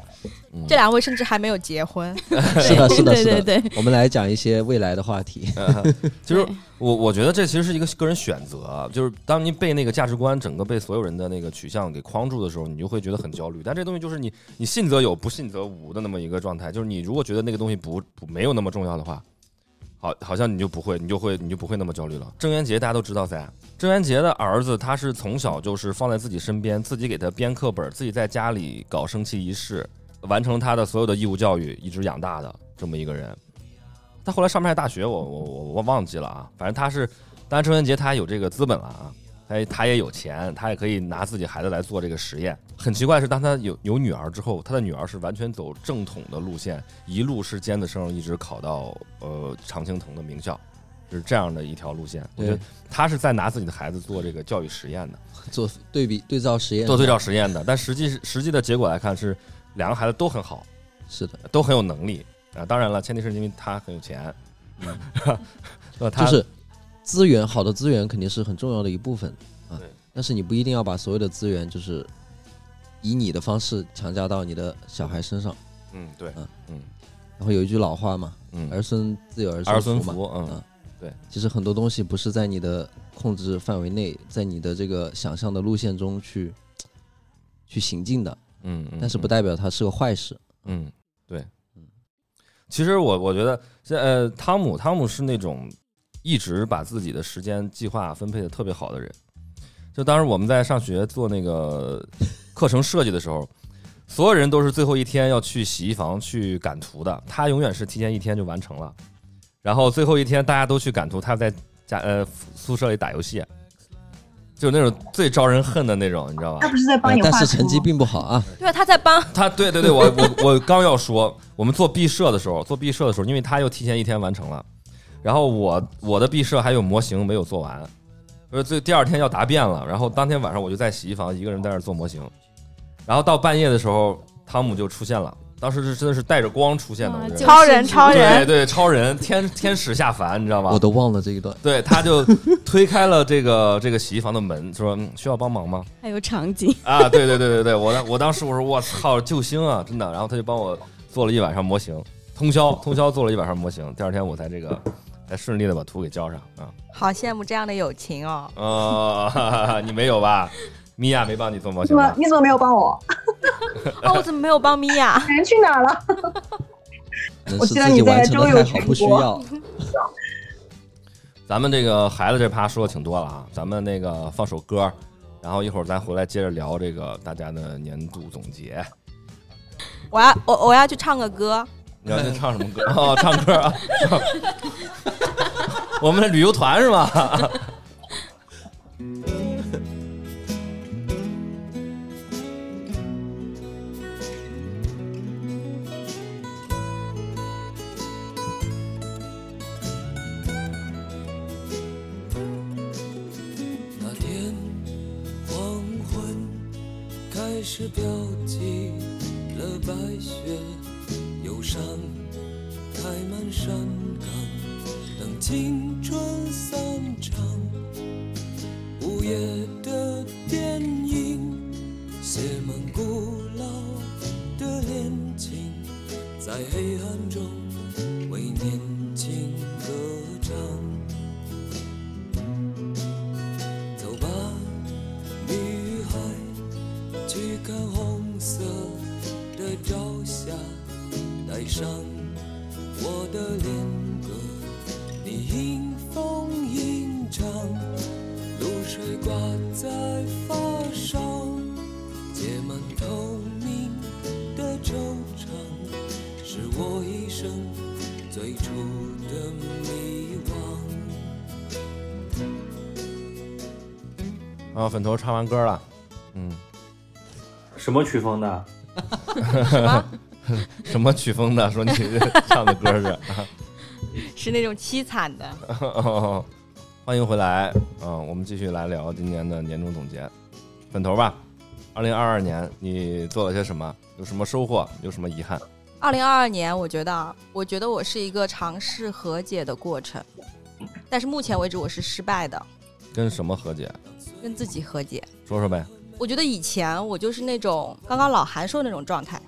S1: 嗯，
S2: 这两位甚至还没有结 婚，
S3: 是的，是的，
S7: 对
S3: 是的。
S7: 对对，
S3: 我们来讲一些未来的话 题。
S1: 嗯 其实
S7: 对
S1: 我我觉得这其实是一个个人选择啊，就是当你被那个价值观整个被所有人的那个取向给框住的时候，你就会觉得很焦虑。但这东西就是你你信则有，不信则无的那么一个状态。就是你如果觉得那个东西不不没有那么重要的话，好好像你就不会，你就会你就不会那么焦虑了。郑渊洁大家都知道噻，郑渊洁的儿子他是从小就是放在自己身边，自己给他编课本，自己在家里搞升旗仪式，完成他的所有的义务教育，一直养大的这么一个人。他后来上不上大学我，我我我忘记了啊。反正他是，当然郑渊洁他有这个资本了啊，他他也有钱，他也可以拿自己孩子来做这个实验。很奇怪是，当他有有女儿之后，他的女儿是完全走正统的路线，一路是尖子生，一直考到呃常青藤的名校，是这样的一条路线。我觉得
S3: 对
S1: 他是在拿自己的孩子做这个教育实验的。
S3: 做对比对照实验，
S1: 做对照实验的，但实际实际的结果来看是两个孩子都很好，
S3: 是的，
S1: 都很有能力啊。当然了，前提是因为他很有钱，
S3: 嗯
S1: 那他
S3: 就是资源，好的资源肯定是很重要的一部分啊
S1: 对。
S3: 但是你不一定要把所有的资源就是以你的方式强加到你的小孩身上。
S1: 嗯对
S3: 然后有一句老话嘛，
S1: 嗯
S3: 儿孙自有儿
S1: 儿
S3: 孙
S1: 孙
S3: 嘛。
S1: 福嗯
S3: 啊其实很多东西不是在你的控制范围内，在你的这个想象的路线中去去行进的，
S1: 嗯，嗯
S3: 但是不代表它是个坏事。
S1: 嗯对嗯。其实我我觉得现在呃汤姆汤姆是那种一直把自己的时间计划分配的特别好的人。就当时我们在上学做那 个课程设计的时候，所有人都是最后一天要去洗衣房去赶图的，他永远是提前一天就完成了。然后最后一天大家都去赶图，他在家呃宿舍里打游戏，就是那种最招人恨的那种，你知道吧
S6: 他？不是在帮
S3: 啊
S6: 你画
S3: 但
S6: 图吗，
S3: 是成绩并不好啊，
S2: 对啊，他在 帮
S1: 他对对对，我我我刚要说，我们做毕设的时候，做毕设的时候，因为他又提前一天完成了，然后我我的毕设还有模型没有做完，就是最第二天要答辩了，然后当天晚上我就在洗衣房一个人在那儿做模型，然后到半夜的时候，汤姆就出现了，当时是真的是带着光出现的，
S7: 哇
S1: 我觉得
S7: 就
S4: 啊超人，超
S1: 对
S4: 人，
S1: 对，超人天天使下凡，你知道吗？
S3: 我都忘了这一段。
S1: 对，他就推开了这个这个洗衣房的门，说、嗯、需要帮忙吗？
S7: 还有场景，
S1: 啊，对对对对对，我当我当时我说我操救星啊，真的，然后他就帮我做了一晚上模型，通宵通宵做了一晚上模型，第二天我才这个才顺利的把图给交上啊
S2: 好羡慕这样的友情哦。
S1: 哦 哈哈，你没有吧？米娅没帮你做模
S6: 怎
S1: 型
S6: 么
S1: 吧？
S6: 你怎么没有帮我？
S2: 哦，我怎么没有帮米娅？
S6: 人去哪儿了？
S3: 可能
S6: 我
S3: 是
S6: 记得
S3: 自己
S6: 你在
S3: 完成的
S6: 周
S3: 太
S6: 游
S3: 好，
S6: 全
S3: 不需
S6: 国
S1: 嗯
S3: 要。
S1: 咱们这个孩子这趴说的挺多了啊，咱们那个放首歌，然后一会儿咱回来接着聊这个大家的年度总结。
S2: 我要我我要去唱个歌，
S1: 你要去唱什么歌？ 哦，唱歌啊！我们的旅游团是吧？
S4: 开始飘起了白雪，忧伤开满山岗。等青春散场，午夜的电影写满古老的恋情，在黑暗中为年轻歌唱。走吧，你与海。去看红色的朝霞，带上我的恋歌，你迎风吟唱，露水挂在发梢，结满透明的惆怅，是我一生最初的迷惘。
S1: 啊，粉头唱完歌了，嗯，
S5: 什么曲风的？
S1: 什么曲风的？说你这唱的歌是？
S2: 是那种凄惨的。
S1: 哦，欢迎回来，嗯，我们继续来聊今年的年终总结，粉头吧，二零二二年你做了些什么？有什么收获？有什么遗憾？
S2: 二零二二年，我觉得啊，我觉得我是一个尝试和解的过程，但是目前为止我是失败的，
S1: 跟什么和解？
S2: 跟自己和解。
S1: 说说呗。
S2: 我觉得以前我就是那种刚刚老韩说的那种状态，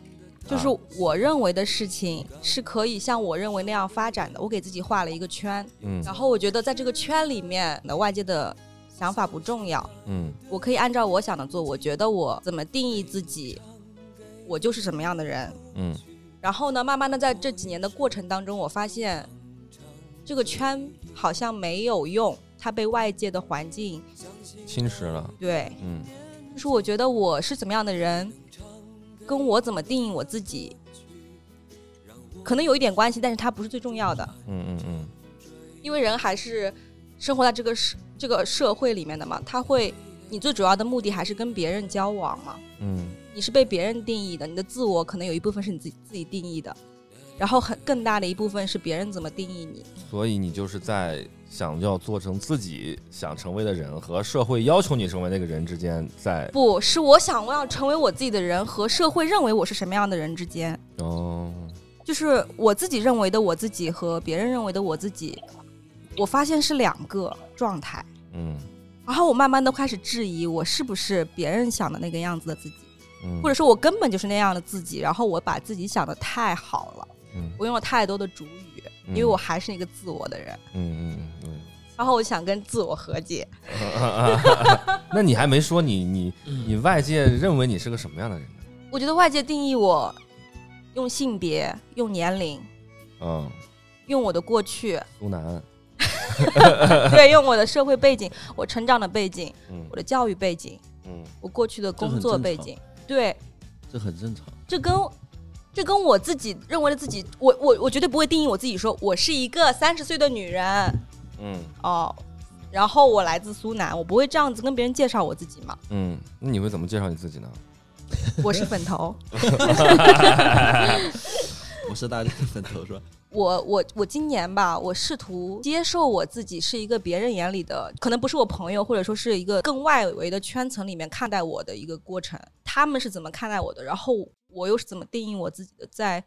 S2: 就是
S1: 啊
S2: 我认为的事情是可以像我认为那样发展的，我给自己画了一个圈，
S1: 嗯
S2: 然后我觉得在这个圈里面，那外界的想法不重要，
S1: 嗯
S2: 我可以按照我想的做，我觉得我怎么定义自己，我就是什么样的人，
S1: 嗯
S2: 然后呢，慢慢的在这几年的过程当中，我发现这个圈好像没有用，它被外界的环境
S1: 侵蚀了。
S2: 对，
S1: 嗯
S2: 就是我觉得我是怎么样的人，跟我怎么定义我自己，可能有一点关系，但是它不是最重要的，
S1: 嗯嗯嗯
S2: 因为人还是生活在这个社这个社会里面的嘛，他会，你最主要的目的还是跟别人交往嘛，
S1: 嗯
S2: 你是被别人定义的，你的自我可能有一部分是你自己自己定义的，然后很更大的一部分是别人怎么定义你。
S1: 嗯，所以你就是在想要做成自己想成为的人和社会要求你成为那个人之间在
S2: 不是我想我要成为我自己的人和社会认为我是什么样的人之间，
S1: 哦，
S2: 就是我自己认为的我自己和别人认为的我自己，我发现是两个状态。
S1: 嗯
S2: 然后我慢慢的开始质疑我是不是别人想的那个样子的自己，
S1: 嗯，
S2: 或者说我根本就是那样的自己，然后我把自己想的太好了，
S1: 嗯
S2: 我用了太多的主语，因为我还是一个自我的人。
S1: 嗯嗯嗯
S2: 然后我想跟自我和解，
S1: 嗯， 那你还没说你你你外界认为你是个什么样的人呢？
S2: 我觉得外界定义我，用性别、用年龄、
S1: 嗯，
S2: 用我的 过去，
S1: 苏南，
S2: 对，用我的社会背景、我成长的背景、
S1: 嗯
S2: 我的教育背景、
S1: 嗯
S2: 我过去的工作背景，对，
S3: 这很正常。
S2: 这跟这跟我自己认为的自己，我我我绝对不会定义我自己说我是一个三十岁的女人
S1: 嗯
S2: 哦，然后我来自苏南，我不会这样子跟别人介绍我自己嘛，
S1: 嗯，那你会怎么介绍你自己呢？
S2: 我是粉 头。
S3: 我是大力的粉头是吧？
S2: 我我我今年吧，我试图接受我自己是一个别人眼里的，可能不是我朋友，或者说是一个更外围的圈层里面看待我的一个过程，他们是怎么看待我的，然后我又是怎么定义我自己的，在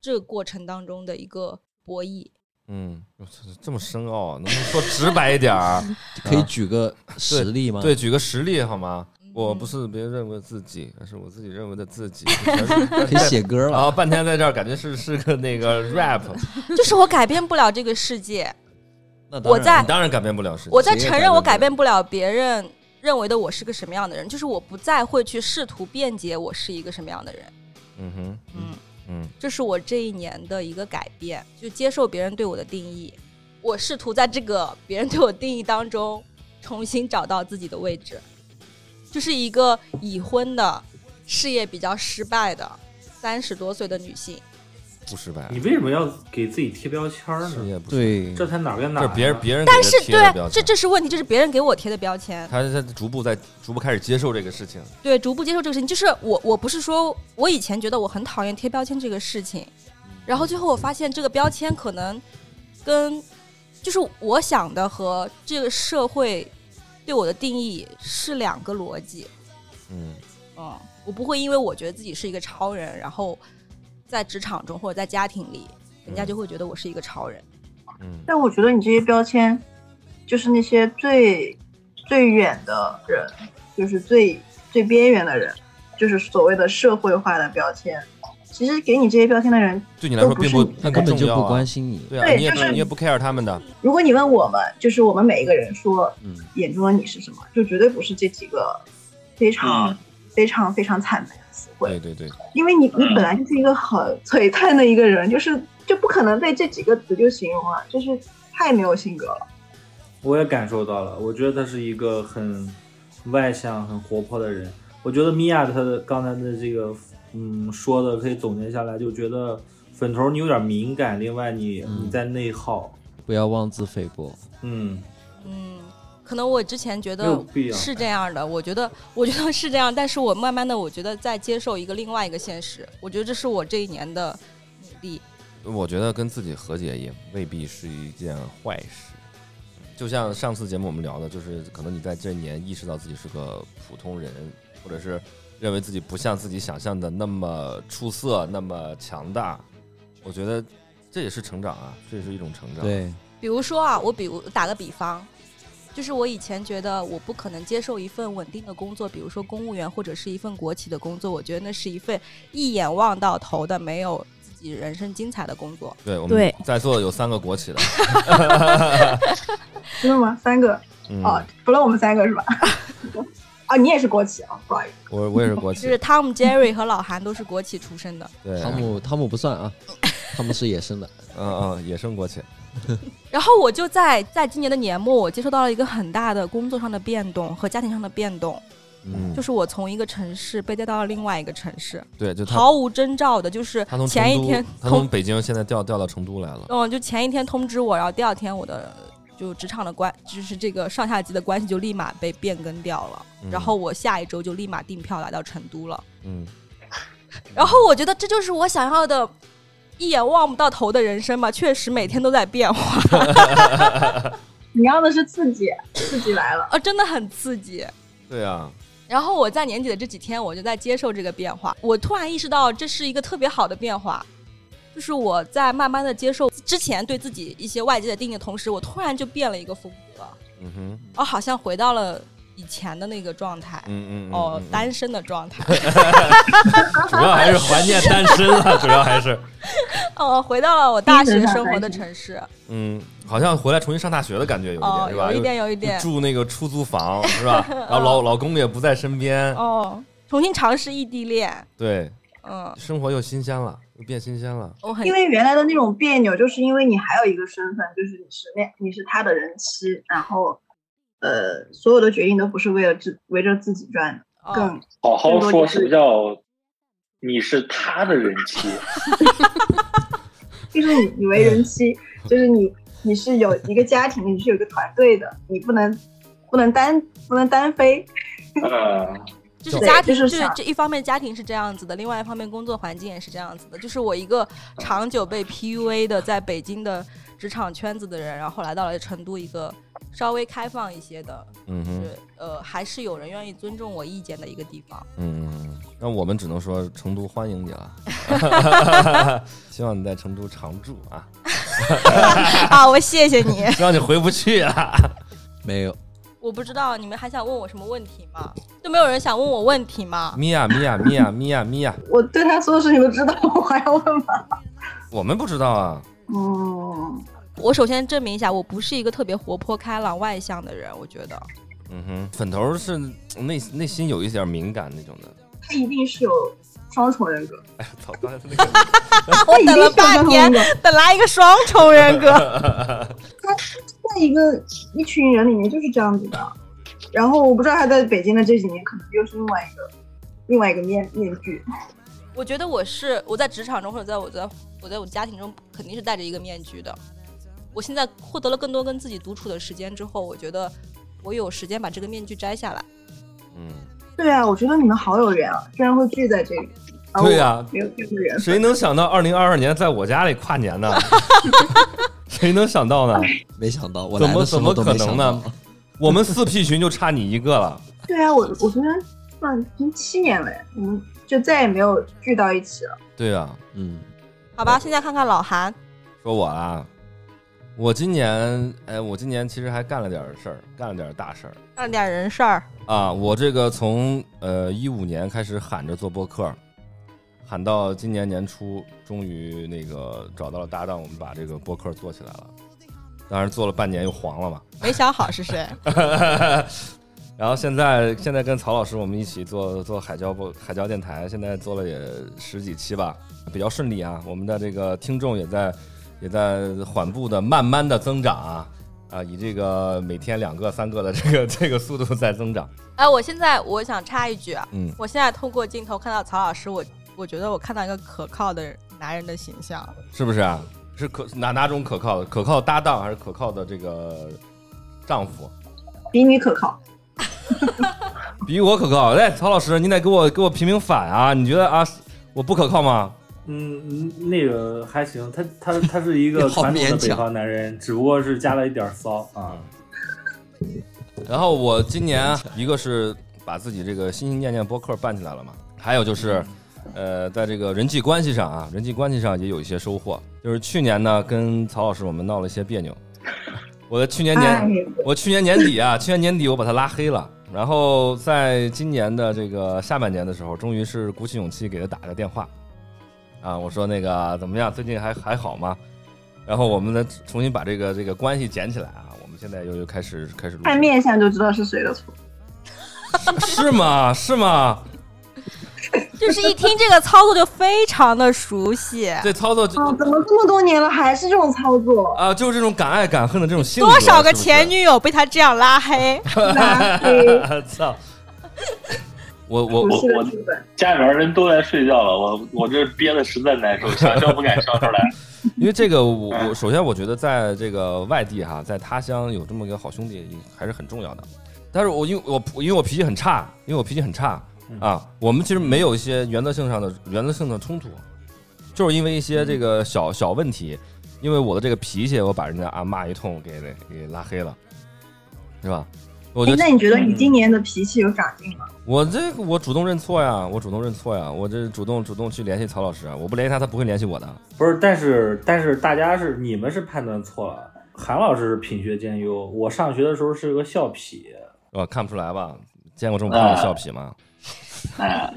S2: 这个过程当中的一个博弈。
S1: 嗯，我操这么深奥啊，能不能说直白一点儿？
S3: 可以举个实例吗？
S1: 对，，举个实例好吗？ 我不是别人认为自己，而是我自己认为的自己。
S3: 可以写歌
S1: 然
S3: 了。
S1: 后半天在这儿，感觉是是个那个 rap，
S2: 就是我改变不了这个世界，
S3: 那当
S2: 我
S3: 然
S2: 在
S1: 你当然改变不了世界
S2: 我。在
S3: 谁也
S2: 承认
S3: 改
S2: 我
S3: 变
S2: 改
S3: 不了
S2: 变不了别人认为的我是个什么样的人，就是我不再会去试图辩解我是一个什么样的人。
S1: 嗯哼，
S2: 嗯
S1: 嗯
S2: 这是我这一年的一个改变，就接受别人对我的定义。我试图在这个别人对我定义当中，重新找到自己的位置。就是一个已婚的、事业比较失败的三十多岁的女性，
S1: 不失败
S5: 你，为什么要给自己贴标签
S1: 事
S5: 呢？
S1: 业不失败，
S3: 对
S5: 这才哪儿跟哪
S1: 这
S5: 儿啊
S1: 是
S5: 呀？
S1: 别人别人给
S2: 但
S1: 他
S2: 是
S1: 贴的
S2: 对
S1: 标，
S2: 这
S1: 签。
S2: 这是问题，这是别人给我贴的标签。
S1: 他他逐步在逐步开始接受这个事情。
S2: 对，逐步接受这个事情，就是我我不是说我以前觉得我很讨厌贴标签这个事情，然后最后我发现这个标签可能跟就是我想的和这个社会对我的定义是两个逻辑，
S1: 嗯
S2: 嗯，我不会因为我觉得自己是一个超人，然后在职场中或者在家庭里，人家就会觉得我是一个超人。
S1: 嗯，
S6: 但我觉得你这些标签，就是那些最最远的人，
S1: 嗯
S6: 就是最最边缘的人，就是所谓的社会化的标签。其实给你这些标签的人，
S1: 对你来说
S6: 都不
S1: 并
S6: 是
S1: 不
S6: 你
S1: 并
S3: 他根本
S1: 重
S3: 就
S1: 要
S3: 不
S1: 啊
S3: 关心你。
S1: 对啊，
S6: 对
S1: 你也
S6: 就是
S1: 不你也不 care 他们的，
S6: 如果你问我们，就是我们每一个人说
S3: 嗯，
S6: 眼中的你是什么，就绝对不是这几个非
S2: 啊
S6: 常、
S8: 嗯
S6: 非常非常惨白的词汇。
S1: 对对对，
S6: 因为你
S2: 嗯
S6: 你本来就是一个很璀璨的一个人，就是就不可能被这几个词就形容了，就是太没有性格了。
S5: 我也感受到了，我觉得他是一个很外向、很活泼的人。我觉得米娅她的刚才的这个，嗯，说的可以总结下来，就觉得粉头你有点敏感，另外你、
S3: 嗯
S5: 你在内耗，
S3: 不要妄自菲薄。
S5: 嗯，
S2: 嗯，可能我之前觉
S5: 没有
S2: 得
S5: 必要。
S2: 是这样的，我觉得 我觉得是这样，但是我慢慢的我觉得在接受一个另外一个现实，我觉得这是我这一年的努力。
S1: 我觉得跟自己和解也未必是一件坏事。就像上次节目我们聊的，就是可能你在这一年意识到自己是个普通人，或者是认为自己不像自己想象的那么出色、那么强大。我觉得这也是成长啊，这也是一种成长。，
S3: 对，
S2: 比如说啊，我比如打个比方，就是我以前觉得我不可能接受一份稳定的工作，比如说公务员或者是一份国企的工作，我觉得那是一份一眼望到头的没有自己人生精彩的工作。
S1: 对我们
S7: 对
S1: 在座有三个国 企的，
S6: 真的吗？三个、
S1: 嗯，
S6: 哦，除了我们三个是吧？ 啊，你也是国企啊，不好意思。
S1: 我我也是国企
S2: 就，是汤姆、Jerry 和老韩都是国企出身的。
S1: 对，
S3: 汤
S1: 嗯
S3: 姆汤姆不算啊，汤姆是野生 的。
S1: 嗯，野生国企，
S2: 然后我就在在今年的年末，我接受到了一个很大的工作上的变动和家庭上的变动，
S1: 嗯，
S2: 就是我从一个城市被带到了另外一个城市，
S1: 对，就他
S2: 毫无征兆的，就是
S1: 他从成
S2: 前一
S1: 都
S2: 天
S1: 他从北京现在调调到成都来 了，
S2: 嗯，就前一天通知我，然后第二天我的就职场的关，就是这个上下级的关系就立马被变更掉了。
S1: 嗯
S2: 然后我下一周就立马订票来到成都了。
S1: 嗯，
S2: 然后我觉得这就是我想要的，一眼望不到头的人生嘛，确实每天都在变化，
S6: 你要的是刺激，刺激来了。
S2: 呃，真的很刺激。
S1: 对 啊，
S2: 然后我在年底的这几天，我就在接受这个变化。我突然意识到，这是一个特别好的变化，就是我在慢慢的接受之前对自己一些外界的定义的同时，我突然就变了一个风格。
S1: 嗯哼，
S2: 哦，好像回到了以前的那个状态，
S1: 嗯嗯嗯，
S2: 哦
S1: 嗯，嗯
S2: 单身的状态，
S1: 主要还是怀念单身了，主要还 是，
S2: 哦，回到了我大学生活的城市，
S1: 嗯，好像回来重新上大学的感觉有一点，
S2: 哦，
S1: 是吧？
S2: 有一点，有一点，
S1: 住那个出租房，是 吧？然后老老公也不在身边，
S2: 哦，重新尝试异地恋，
S1: 对，
S2: 嗯，
S1: 生活又新鲜了，又变新鲜了，
S2: 我很
S6: 因为原来的那种别扭，就是因为你还有一个身份，就是你是那你是他的人妻，然后，呃，所有的决定都不是为了自围着自己转的，
S2: 哦，
S6: 更
S8: 好好说什么叫你是他的人妻，
S6: 就是你你为人妻，就是你你是有一个家庭，你是有一个团队的，你不能不能单不能单飞，
S8: 嗯，
S2: 就是
S6: 对
S2: 家庭，
S6: 就
S2: 就是是
S6: 想
S2: 这一方面家庭是这样子的，另外一方面工作环境也是这样子的，就是我一个长久被 PUA 的在北京的职场圈子的人，然后来到了成都一个稍微开放一些的，
S1: 嗯
S2: 就
S1: 哼
S2: 是，呃，还是有人愿意尊重我意见的一个地方。
S1: 嗯嗯。嗯那我们只能说成都欢迎你了， 希望你在成都常住啊，
S2: 好，啊我谢谢你。
S1: 希望你回不去啊了。
S3: 没有，
S2: 我不知道你们还想问我什么问题吗？都没有人想问我问题吗？
S1: 米娅米娅米娅米娅米娅，
S6: 我对他所有事情都知道，我还要问吗？
S1: 我们不知道啊，
S6: 嗯，
S2: 我首先证明一下，我不是一个特别活泼、开朗、外向的人。我觉得，
S1: 嗯哼，粉头是内内心有一点敏感那种的。
S6: 他一定是有双重人格，
S1: 哎呀，操！刚才那个
S2: 我
S6: 他一定
S2: 等
S6: 是有
S2: 了
S6: 双
S2: 半
S6: 重
S2: 天
S6: 人，格。
S2: 等来一个双重人格。
S6: 在一个一群人里面就是这样子的。然后我不知道他在北京的这几年，可能又是另外一个另外一个面面具。
S2: 我觉得我是我在职场中或者在我在我在我家庭中肯定是戴着一个面具的。我现在获得了更多跟自己独处的时间之后，我觉得我有时间把这个面具摘下来。
S1: 嗯，
S6: 对啊，我觉得你们好有缘啊，居然会聚在这里。
S2: 啊
S6: 而
S1: 对啊
S6: 我
S1: 呀、
S6: 没有这个缘分。
S1: 谁能想到二零二二年在我家里跨年 呢？谁能想到呢？
S3: 哎没想到，我
S1: 怎
S3: 来
S1: 么
S3: 的时
S1: 怎么
S3: 候都
S1: 可
S3: 没想
S1: 能呢
S3: 到？
S1: 我们四 P 群就差你一个了。
S6: 对啊，我我觉得算已经七年了，我们就再也没有聚到一起了。
S1: 对啊，
S3: 嗯，
S2: 好吧，现在看看老韩，
S1: 说我啊，我今年，哎，我今年其实还干了点儿事儿，干了点儿大事儿
S2: 干了点人事儿，
S1: 啊。我这个从呃一五年开始喊着做播客，喊到今年年初，终于那个找到了搭档，我们把这个播客做起来了。当然做了半年又黄了嘛，
S2: 没想好是谁。
S1: 嗯 然后现在现在跟曹老师我们一起做做海椒播海椒电台，现在做了也十几期吧，比较顺利啊。我们的这个听众也在也在缓步的慢慢的增长啊，啊，以这个每天两个三个的这个 这个速度在增长。
S2: 哎，我现在我想插一句啊，
S1: 嗯，
S2: 我现在透过镜头看到曹老师，我我觉得我看到一个可靠的男人的形象，
S1: 是不是啊？是可哪哪种可靠的？可靠搭档还是可靠的这个丈夫？
S6: 比你可靠。
S1: 比我可靠。哎，曹老师，你得给我给我评评反啊！你觉得啊，我不可靠吗？
S5: 嗯， 嗯那个还行，他他他是一个
S3: 好
S5: 传统的
S3: 勉
S5: 北
S3: 强
S5: 方男人，只不过是加了一点儿骚啊。
S1: 然后我今年一个是把自己这个心心念念播客办起来了嘛，还有就是，呃，在这个人际关系上啊，人际关系上也有一些收获。就是去年呢，跟曹老师我们闹了一些别扭， 我在去年年、
S6: 哎，
S1: 我去年年底啊，去年年底我把他拉黑了，然后在今年的这个下半年的时候，终于是鼓起勇气给他打了个电话，啊，我说那个怎么样，最近还还好吗？然后我们再重新把这个这个关系捡起来啊，我们现在又又开始开始录制
S6: 看面相就知道是谁的错。
S1: 是吗？是吗？
S2: 就是一听这个操作就非常的熟悉，
S1: 这操作就
S6: 哦，怎么这么多年了还是这种操作？
S1: 啊，就是这种敢爱敢恨的这种 性格，
S2: 多少个
S1: 是不是
S2: 前女友被他这样拉黑，
S6: 拉黑
S1: 操！我我我
S6: 不是的剧本。
S8: 家里边人都在睡觉了，我我这憋得实在难受，想笑不敢笑出来。
S1: 因为这个，我我首先我觉得在这个外地哈，在他乡有这么一个好兄弟还是很重要的。但是我因为我因为我脾气很差，因为我脾气很差啊，我们其实没有一些原则性上的原则性的冲突，就是因为一些这个小小问题，因为我的这个脾气，我把人家啊骂一通给给给拉黑了，是吧？我觉
S6: 哎
S1: 得嗯
S6: 那你觉得你今年的脾气有长进吗？
S1: 我这个我主动认错呀，我主动认错呀，我这主动主动去联系曹老师啊，我不联系他，他不会联系我的。
S5: 不是，但是但是大家是你们是判断错了。韩老师是品学兼优，我上学的时候是个校痞，
S1: 我看不出来吧？见过这么胖的笑痞吗？
S8: 哎，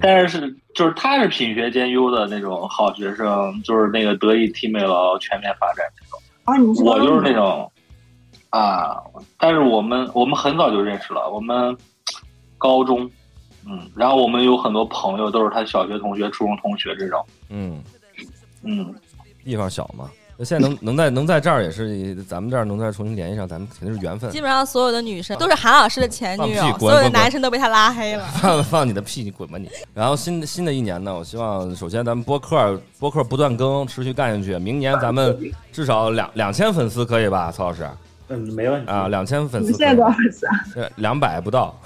S8: 但是就是他是品学兼优的那种好学生，就是那个德艺体美劳全面发展。
S4: 啊
S6: 哦，你是
S8: 我就是那
S6: 种
S8: 种啊，但是我们我们很早就认识了，我们高中，嗯，然后我们有很多朋友都是他小学同学、初中同学这种，
S1: 嗯，
S8: 嗯，
S1: 地方小嘛。那现在能能在能在这儿也是咱们这儿能再重新联系上，咱们肯定是缘分
S2: 基。本上所有的女生都是韩老师的前女
S1: 放屁
S2: 友，
S1: 滚
S2: 所有的
S1: 滚滚
S2: 男生都被他拉黑了。
S1: 放放你的屁，你滚吧你！然后新新的一年呢，我希望首先咱们播客播客不断更，持续干下去。明年咱们至少两两千粉丝可以吧，曹老师
S5: 嗯，没问题
S1: 啊，。两千 粉
S6: 你
S1: 丝
S6: 现在多少啊粉丝啊？
S1: 两百不到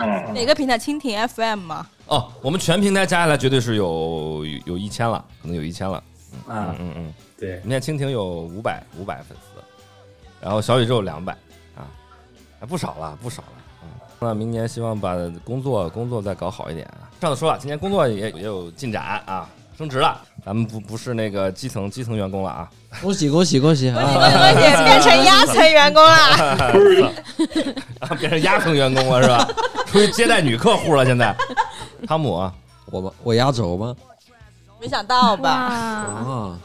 S8: 嗯
S2: 哪个平台？蜻蜓 FM 吗？
S1: 哦。我们全平台加起来绝对是有有有一千了，可能有一千了。嗯
S5: 啊，
S1: 嗯嗯，
S5: 对，
S1: 我们现在蜻蜓有五百五百粉丝，然后小宇宙两百啊，还不少了，不少了。嗯那明年希望把工作工作再搞好一点啊。上次说了，今年工作也也有进展啊，升职了，咱们不不是那个基层基层员工了啊，
S3: 恭喜恭喜恭喜啊！
S2: 而且变成压层员工啦，
S8: 不是
S1: 啊变成压层员工了是 吧？出去接待女客户了，现在。汤姆啊，
S3: 我吗？我压轴吗？
S2: 没想到吧？
S10: 哇，
S3: 啊，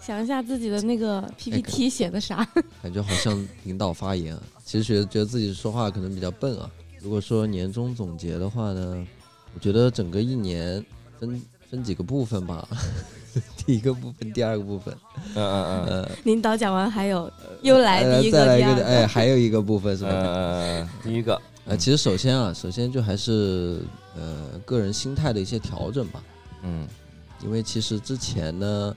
S10: 想一下自己的那个 PPT 写的啥？
S3: 感觉好像领导发言啊。其实觉得觉得自己说话可能比较笨啊。如果说年终总结的话呢，我觉得整个一年分分几个部分吧， 第一个部分，第二个部分，
S1: 嗯嗯嗯
S3: 呃，
S10: 领导讲完还有又来
S3: 呃
S10: 第一
S3: 再
S10: 个、
S3: 来
S10: 第
S3: 一
S10: 二
S3: 个，
S10: 个，
S3: 哎，还有一个部分是吧？
S1: 呃，第一个，
S3: 呃，其实首先啊，首先就还是呃个人心态的一些调整吧，
S1: 嗯
S3: 因为其实之前呢，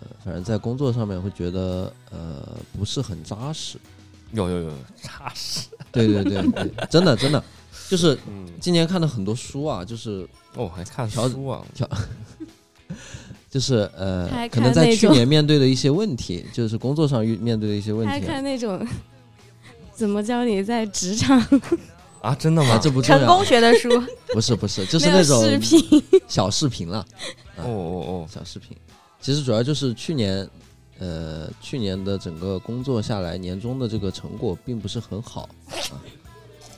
S3: 呃，反正在工作上面会觉得呃不是很扎实，
S1: 有有有扎实，
S3: 对对对对，真的真 的，就是
S1: 嗯
S3: 今年看了很多书啊，就是
S1: 哦，还看
S3: 调
S1: 书啊，
S3: 就是呃
S10: 还，
S3: 可能
S10: 看
S3: 在
S10: 那
S3: 去
S10: 种
S3: 年面对的一些问题，就是工作上遇面对的一些问
S10: 还
S3: 题啊、
S10: 看那种
S7: 怎么教你在职场
S1: 啊，真的
S3: 啊，
S1: 吗？
S3: 这不重
S2: 成
S3: 要
S2: 功，学的书，
S3: 不是不是，就是
S7: 没
S3: 那
S7: 有
S3: 种
S7: 视频？
S3: 小视频了，啊
S1: 哦哦
S3: 小视频。其实主要就是去年，呃，去年的整个工作下来，年终的这个成果并不是很好。啊、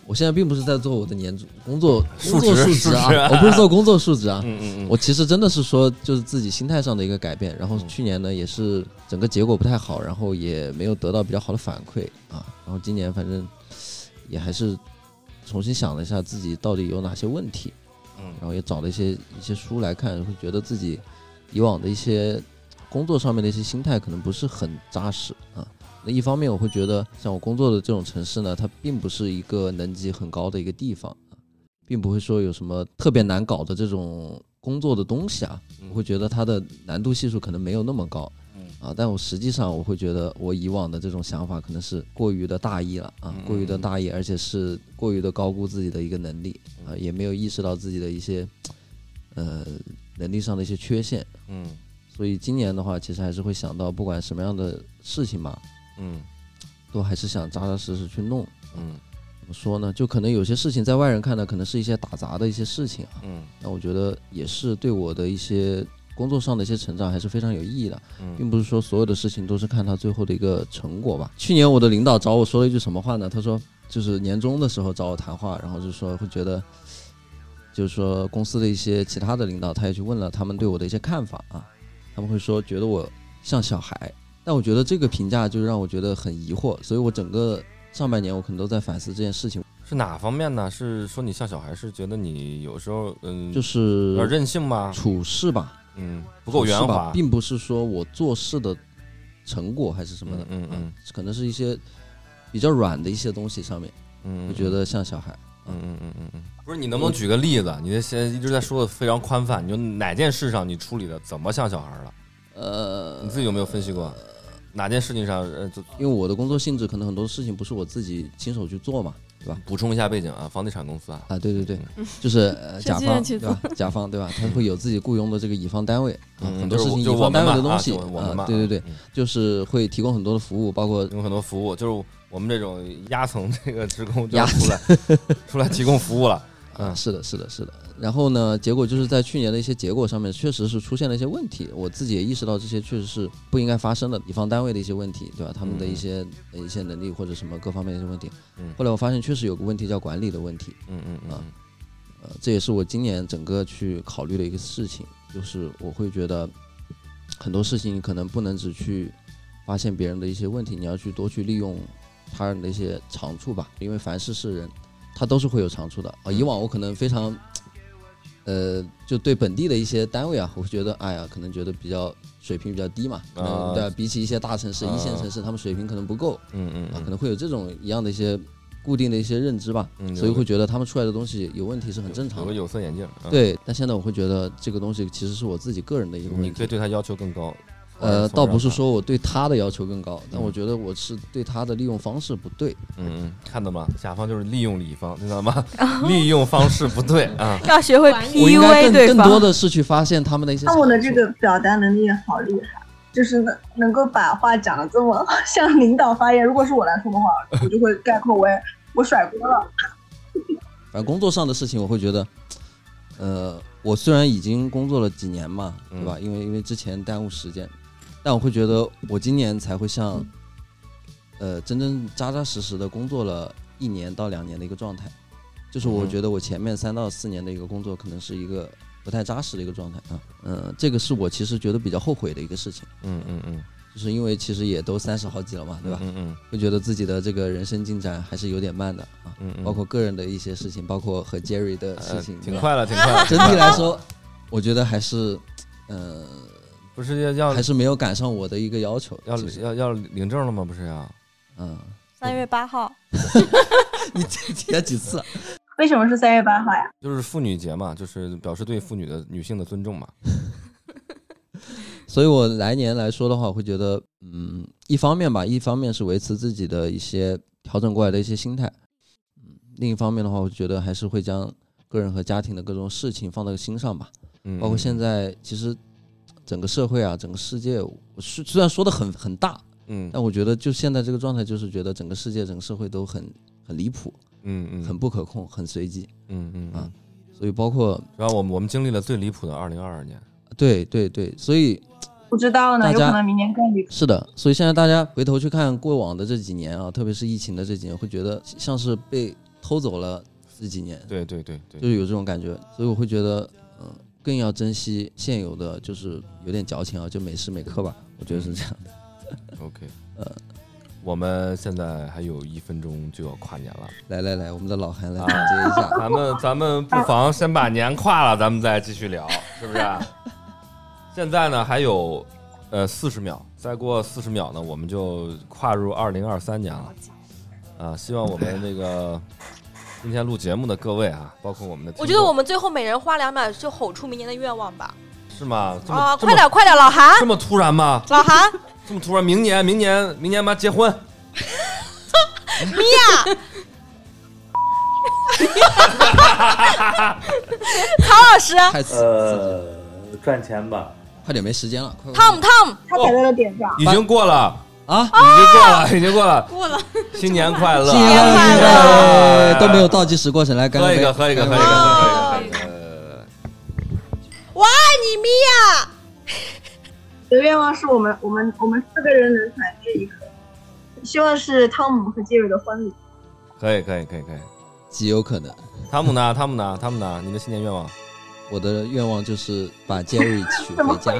S3: 我现在并不是在做我的年终工作
S1: 数
S3: 工
S1: 值
S3: 作数值
S1: 数值
S3: 啊，我不是做工作数值
S1: 哦，
S3: 啊。
S1: 嗯嗯嗯，
S3: 我其实真的是说，就是自己心态上的一个改变。然后去年呢，也是整个结果不太好，然后也没有得到比较好的反馈啊。然后今年反正也还是重新想了一下自己到底有哪些问题，
S1: 嗯
S3: 然后也找了一些一些书来看，会觉得自己以往的一些工作上面的一些心态可能不是很扎实啊。那一方面，我会觉得像我工作的这种城市呢，它并不是一个能级很高的一个地方啊，并不会说有什么特别难搞的这种工作的东西啊。我会觉得它的难度系数可能没有那么高
S1: 嗯，
S3: 啊，但我实际上我会觉得我以往的这种想法可能是过于的大意了啊
S1: 嗯，
S3: 过于的大意，而且是过于的高估自己的一个能力
S1: 嗯
S3: 啊，也没有意识到自己的一些呃能力上的一些缺陷，
S1: 嗯
S3: 所以今年的话，其实还是会想到，不管什么样的事情嘛，
S1: 嗯
S3: 都还是想扎扎实实去弄。
S1: 嗯
S3: 怎么说呢？就可能有些事情在外人看呢，可能是一些打杂的一些事情啊，
S1: 嗯
S3: 那我觉得也是对我的一些工作上的一些成长还是非常有意义的，并
S1: 嗯，
S3: 不是说所有的事情都是看他最后的一个成果吧。去年我的领导找我说了一句什么话呢？他说就是年终的时候找我谈话，然后就说会觉得，就是说公司的一些其他的领导他也去问了他们对我的一些看法啊，他们会说觉得我像小孩，但我觉得这个评价就让我觉得很疑惑，所以我整个上半年我可能都在反思这件事情，
S1: 是哪方面呢？是说你像小孩，是觉得你有时候嗯，
S3: 就
S1: 有点
S3: 是
S1: 任性吧？
S3: 处事吧。
S1: 嗯，啊不够圆
S3: 是吧
S1: 滑，
S3: 并不是说我做事的成果还是什么的，
S1: 嗯嗯嗯
S3: 啊可能是一些比较软的一些东西上面，
S1: 嗯，
S3: 会觉得像小孩。啊
S1: 嗯嗯嗯嗯嗯，不是你能不能举个例子？你啊这现在一直在说的非常宽泛，你就哪件事上你处理的怎么像小孩了？
S3: 呃
S1: 你，自己有没有分析过？哪件事情上？呃，就
S3: 因为我的工作性质，可能很多事情不是我自己亲手去做嘛，对吧？
S1: 补充一下背景啊，房地产公司啊，
S3: 啊，对对对，就是、 呃、
S7: 设
S3: 甲
S7: 计
S3: 方
S7: 院去
S3: 对吧？甲方对吧？他会有自己雇佣的这个乙方单位，啊
S1: 嗯
S3: 很多事情
S1: 就
S3: 乙
S1: 是我
S3: 方
S1: 们
S3: 单位
S1: 嘛
S3: 的东
S1: 啊
S3: 西
S1: 就我们嘛，
S3: 对对对，
S1: 嗯，
S3: 就是会提供很多的服务，包括
S1: 有很多服务，就是我们这种压层这个职工就要
S3: 压
S1: 出来出来提供 服务了。嗯
S3: 啊，是的，是的，是的。然后呢，结果就是在去年的一些结果上面，确实是出现了一些问题。我自己也意识到这些确实是不应该发生的，乙方单位的一些问题，对吧？他们的一些、呃一些能力或者什么各方面的一些问题。
S1: 嗯
S3: 后来我发现确实有个问题叫管理的问题，
S1: 嗯嗯嗯
S3: 啊呃，这也是我今年整个去考虑的一个事情，就是我会觉得很多事情可能不能只去发现别人的一些问题，你要去多去利用他人的一些长处吧，因为凡事是人，他都是会有长处的啊、以往我可能非常，呃，就对本地的一些单位啊，我会觉得，哎呀，可能觉得比较水平比较低嘛，可
S1: 啊
S3: 能对、比起一些大城市、一线
S1: 啊
S3: 城市，他们水平可能不够
S1: 嗯嗯
S3: 啊，可
S1: 嗯
S3: 能会有这种一样的一些固定的一些认知吧，
S1: 嗯，
S3: 所以
S1: 有个
S3: 会觉得他们出来的东西有问题是很正
S1: 有
S3: 常
S1: 个
S3: 的。
S1: 有色眼镜，啊，
S3: 对，但现在我会觉得这个东西其实是我自己个人的一个
S1: 你
S3: 问
S1: 可以
S3: 题。
S1: 对他要求更高。
S3: 呃，
S1: 从
S3: 倒
S1: 这
S3: 不是
S1: 儿看，
S3: 说我对他的要求更高，但
S1: 嗯
S3: 我觉得我是对他的利用方式不对。
S1: 嗯嗯，看到吗？甲方就是利用乙方，知道吗？
S3: 哦
S1: 利用方式不对啊。
S2: 要学会
S3: 我应该
S2: PUA 对
S3: 更更多
S2: 方。哦
S3: 的是去发现他们的一些。
S6: 那我的这个表达能力好厉害，就是能能够把话讲的这么 好像领导发言。如果是我来说的话，我就会概括为我甩锅了。
S3: 反正工作上的事情，我会觉得，呃，我虽然已经工作了几年嘛，
S1: 嗯
S3: 对吧？因为因为之前耽误时间，但我会觉得我今年才会像，呃，真正扎扎实实的工作了一年到两年的一个状态，就是我
S1: 嗯
S3: 觉得我前面三到四年的一个工作可能是一个不太扎实的一个状态啊，嗯、这个是我其实觉得比较后悔的一个事情，
S1: 嗯嗯嗯，
S3: 就是因为其实也都三十好几了嘛，对吧？
S1: 嗯嗯
S3: 会觉得自己的这个人生进展还是有点慢的啊，
S1: 嗯嗯，
S3: 包括个人的一些事情，包括和 Jerry 的事
S1: 呃
S3: 情，
S1: 挺快了，挺快 了。
S3: 整体来说，我觉得还是，呃，
S1: 不是要要
S3: 还是没有赶上我的一个要求。
S1: 要
S3: 其实
S1: 要要领证了吗？不是要。
S3: 嗯，
S2: 三月八号，
S3: 你这提了几次啊？
S6: 为什么是三月八号呀？
S1: 就是妇女节嘛，就是表示对妇女的女性的尊重嘛。
S3: 所以我来年来说的话，我会觉得，嗯，一方面吧，一方面是维持自己的一些调整过来的一些心态，嗯，另一方面的话，我觉得还是会将个人和家庭的各种事情放到心上吧。
S1: 嗯，
S3: 包括现在，其实整个社会啊，整个世界，我是虽然说的很很大，
S1: 嗯
S3: 但我觉得就现在这个状态，就是觉得整个世界、整个社会都很很离谱，
S1: 嗯嗯，
S3: 很不可控，很随机。
S1: 嗯嗯
S3: 啊所以包括
S1: 然后我们我们经历了最离谱的二零二二年，
S3: 对对对，所以
S6: 不知道呢，
S3: 大
S6: 有
S3: 家
S6: 可能明年更离谱。
S3: 是的，所以现在大家回头去看过往的这几年啊，特别是疫情的这几年，会觉得像是被偷走了这几年，
S1: 对对对对，
S3: 就是有这种感觉。所以我会觉得，嗯、更要珍惜现有的，就是有点矫情啊，就每时每刻吧。我觉得是这样的。
S1: OK，
S3: 呃，
S1: 我们现在还有一分钟就要跨年了，啊
S3: 来来来，我们的老韩来总结一下。
S1: 咱们咱们不妨先把年跨了，咱们再继续聊，是不是啊？现在呢还有呃四十秒，再过四十秒呢，我们就跨入二零二三年了。啊，希望我们 那个今天录节目的各位啊，包括我们的听众，
S2: 我觉得我们最后每人花两秒就吼出明年的愿望吧。
S1: 是吗？这么、
S2: 啊，
S1: 这
S2: 快
S1: 么
S2: 点快点，老韩
S1: 这么突然吗？
S2: 老韩，
S1: 这么突然，明年明年明年妈结婚，
S2: 唐老师
S3: 太刺
S5: 呃，赚钱吧，
S3: 快点，没时间了，快快
S2: ，Tom Tom，
S6: 他踩在了点上，
S1: 已经过了。
S3: 啊！
S1: 已经过了，已经过了，过了。新年快乐，
S3: 新年快乐，新年快乐都没有
S1: 到。
S3: 倒计时过程，来干
S1: 喝一
S3: 杯哎
S1: 个，喝一个，
S3: 干
S1: 喝
S3: 杯
S1: 一个，
S3: 干杯
S1: 喝一个。呃
S2: 我爱你，米娅。
S6: 我的愿望是我们我们我们四个人能团聚一个，希望是汤姆和杰瑞的婚礼。
S1: 可以，可以，可以，可以。
S3: 极有可能。
S1: 汤姆呢？汤姆呢？汤姆呢？你的新年愿望？
S3: 我的愿望就是把 Jerry 娶回家。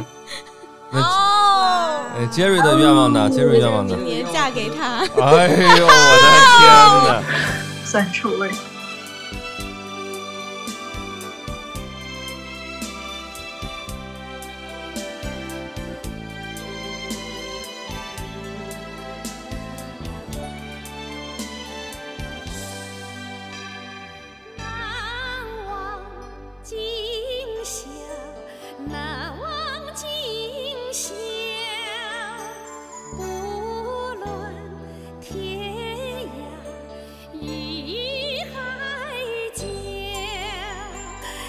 S2: 哦，
S1: 哎，杰瑞的愿望呢？杰瑞愿望呢
S10: 明？年嫁给他。
S1: 哎呦，我 的天哪！
S6: 酸臭味。
S4: 难忘今宵，难忘今宵。不论天涯与海角，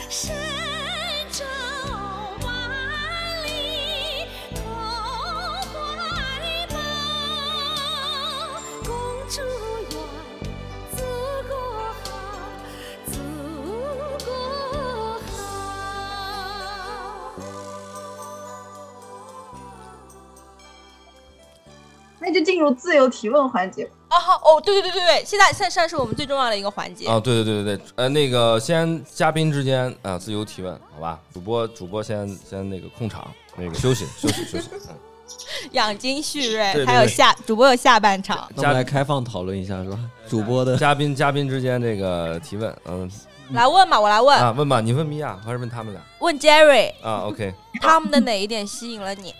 S4: 神州万里同怀抱。共祝愿，祖国好。祖国好。
S6: 那就进入自由提问环节。
S2: 哦好，哦对对对对对，现在现在现在是我们最重要的一个环节。
S1: 啊，对对对对对，呃，那个先嘉宾之间啊、自由提问，好吧？主播主播先先那个控场，那个 休息休息休息。嗯
S2: 养精蓄锐，
S1: 对对对
S2: 还有下主播有下半场。
S3: 那我们来开放讨论一下，是吧？主播的
S1: 嘉宾嘉宾之间这个提问，嗯
S2: 来问吧，我来问，
S1: 啊，问吧，你问米娅还是问他们俩
S2: 问 Jerry
S1: 啊？OK，
S2: 他们的哪一点吸引了你？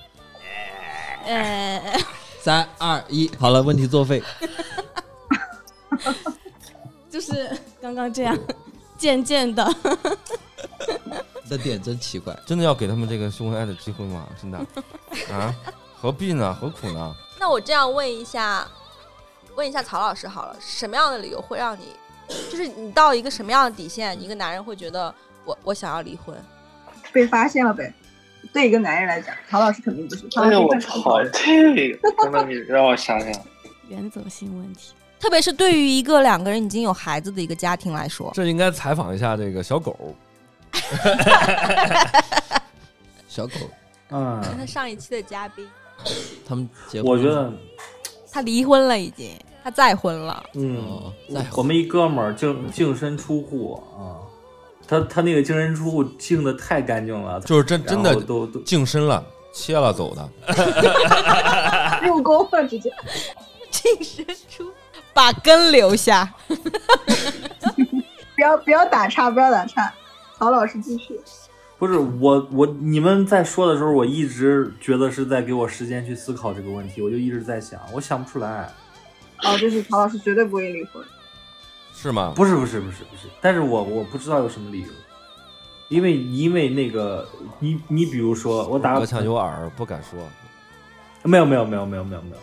S2: 嗯
S10: 呃，
S3: 三二一，好了，问题作废。
S10: 就是刚刚这 样，渐渐的，
S3: 你的点真奇怪，
S1: 真的要给他们这个秀恩爱的机会吗？真的啊？何必呢？何苦呢？
S2: 那我这样问一下，问一下曹老师好了，什么样的理由会让你，就是你到一个什么样的底线，一个男人会觉得我我想要离婚？
S6: 被发现了呗。对一个男人来讲，曹老师肯定不是。曹
S8: 哎
S6: 老
S8: 呦
S6: 师
S8: 我
S6: 更是
S8: 操，这个真的，你让我想想，
S10: 原则性问题。
S2: 特别是对于一个两个人已经有孩子的一个家庭来说，
S1: 这应该采访一下这个小狗，
S3: 小狗
S5: 嗯，
S2: 他上一期的嘉宾，
S3: 他们结婚，
S5: 我觉得，
S2: 他离婚了已经，他再婚了。
S5: 嗯
S3: 哦，在乎
S5: 我们一哥们儿净净身出户啊，他他那个净身出户净的太干净了，
S1: 就是真
S5: 然
S1: 真
S5: 后
S1: 的
S5: 都都
S1: 净身了，切了走的。
S6: 六沟了 直接。
S2: 净身出，把根留下。
S6: 不要不要打岔，不要打岔。曹老师继续。
S5: 不是我我你们在说的时候，我一直觉得是在给我时间去思考这个问题，我就一直在想，我想不出来。
S6: 哦，就是曹老师绝对不会离婚。
S1: 是吗？
S5: 不是不是不是不是，但是我我不知道有什么理由，因为因为那个你你比如说我打
S1: 隔墙有耳，不敢说。
S5: 没有没有没有没有没有没有，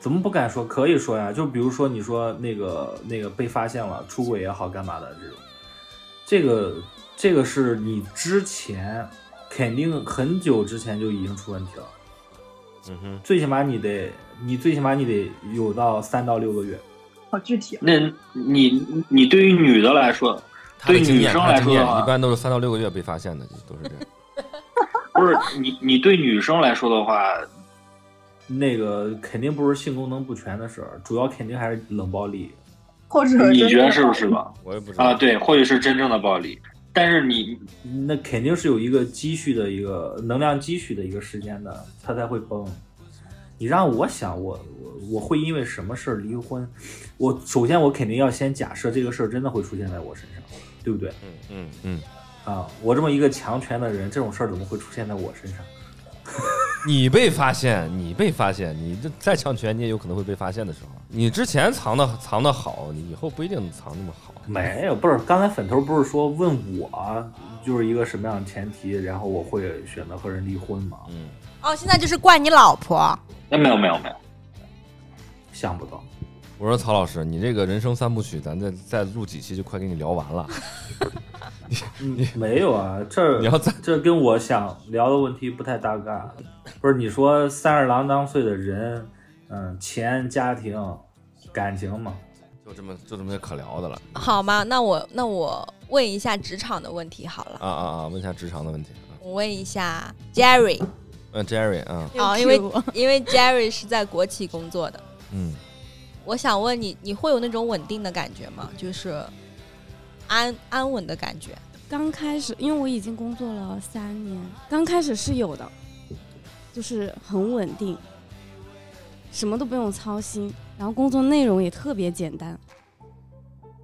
S5: 怎么不敢说？可以说呀，就比如说你说那个那个被发现了出轨也好，干嘛的这种，这个这个是你之前肯定很久之前就已经出问题了，
S1: 嗯哼，
S5: 最起码你得，你最起码你得有到三到六个月。
S6: 好具体啊。
S8: 那你你对于女的来说，
S1: 他的
S8: 对
S1: 经验
S8: 女生
S1: 他的
S8: 来说
S1: 经验
S8: 的话
S1: 一般都是三到六个月被发现的，都是这样。
S8: 不是你你对女生来说的话，
S5: 那个肯定不是性功能不全的事儿，主要肯定还是冷暴力。
S6: 或者
S8: 你
S6: 真
S8: 觉得
S6: 的
S8: 是不是吧？
S1: 我也不知道
S8: 啊，对，或许是真正的暴力，但是你
S5: 那肯定是有一个积蓄的一个能量积蓄的一个时间的，它才会崩。你让我想，我我我会因为什么事儿离婚？我首先我肯定要先假设这个事儿真的会出现在我身上，对不对？
S1: 嗯嗯嗯，
S5: 啊，我这么一个强权的人，这种事儿怎么会出现在我身上？
S1: 你被发现，你被发现，你这再强权，你也有可能会被发现的时候。你之前藏的藏的好，你以后不一定藏那么好。
S5: 没有，不是刚才粉头不是说问我就是一个什么样的前提，然后我会选择和人离婚吗？
S1: 嗯，
S2: 哦，现在就是怪你老婆，
S8: 那没有没有没有，
S5: 想不到，
S1: 我说曹老师，你这个人生三部曲，咱再再录几期就快给你聊完了。
S5: 嗯，没有啊，这儿
S1: 你要再
S5: 这跟我想聊的问题不太搭嘎。不是你说三十郎当岁的人，嗯，钱、家庭、感情嘛，
S1: 就这么就这么些可聊的了
S2: 好吗？那我那我问一下职场的问题好了，
S1: 啊啊啊！问一下职场的问题啊，
S2: 我问一下 Jerry，
S1: 问 Jerry 啊，
S2: 哦因为 因为 Jerry 是在国企工作的，
S1: 嗯，
S2: 我想问你，你会有那种稳定的感觉吗？就是安安稳的感觉。
S7: 刚开始，因为我已经工作了三年，刚开始是 有的，就是很稳定，什么都不用操心，然后工作内容也特别简单，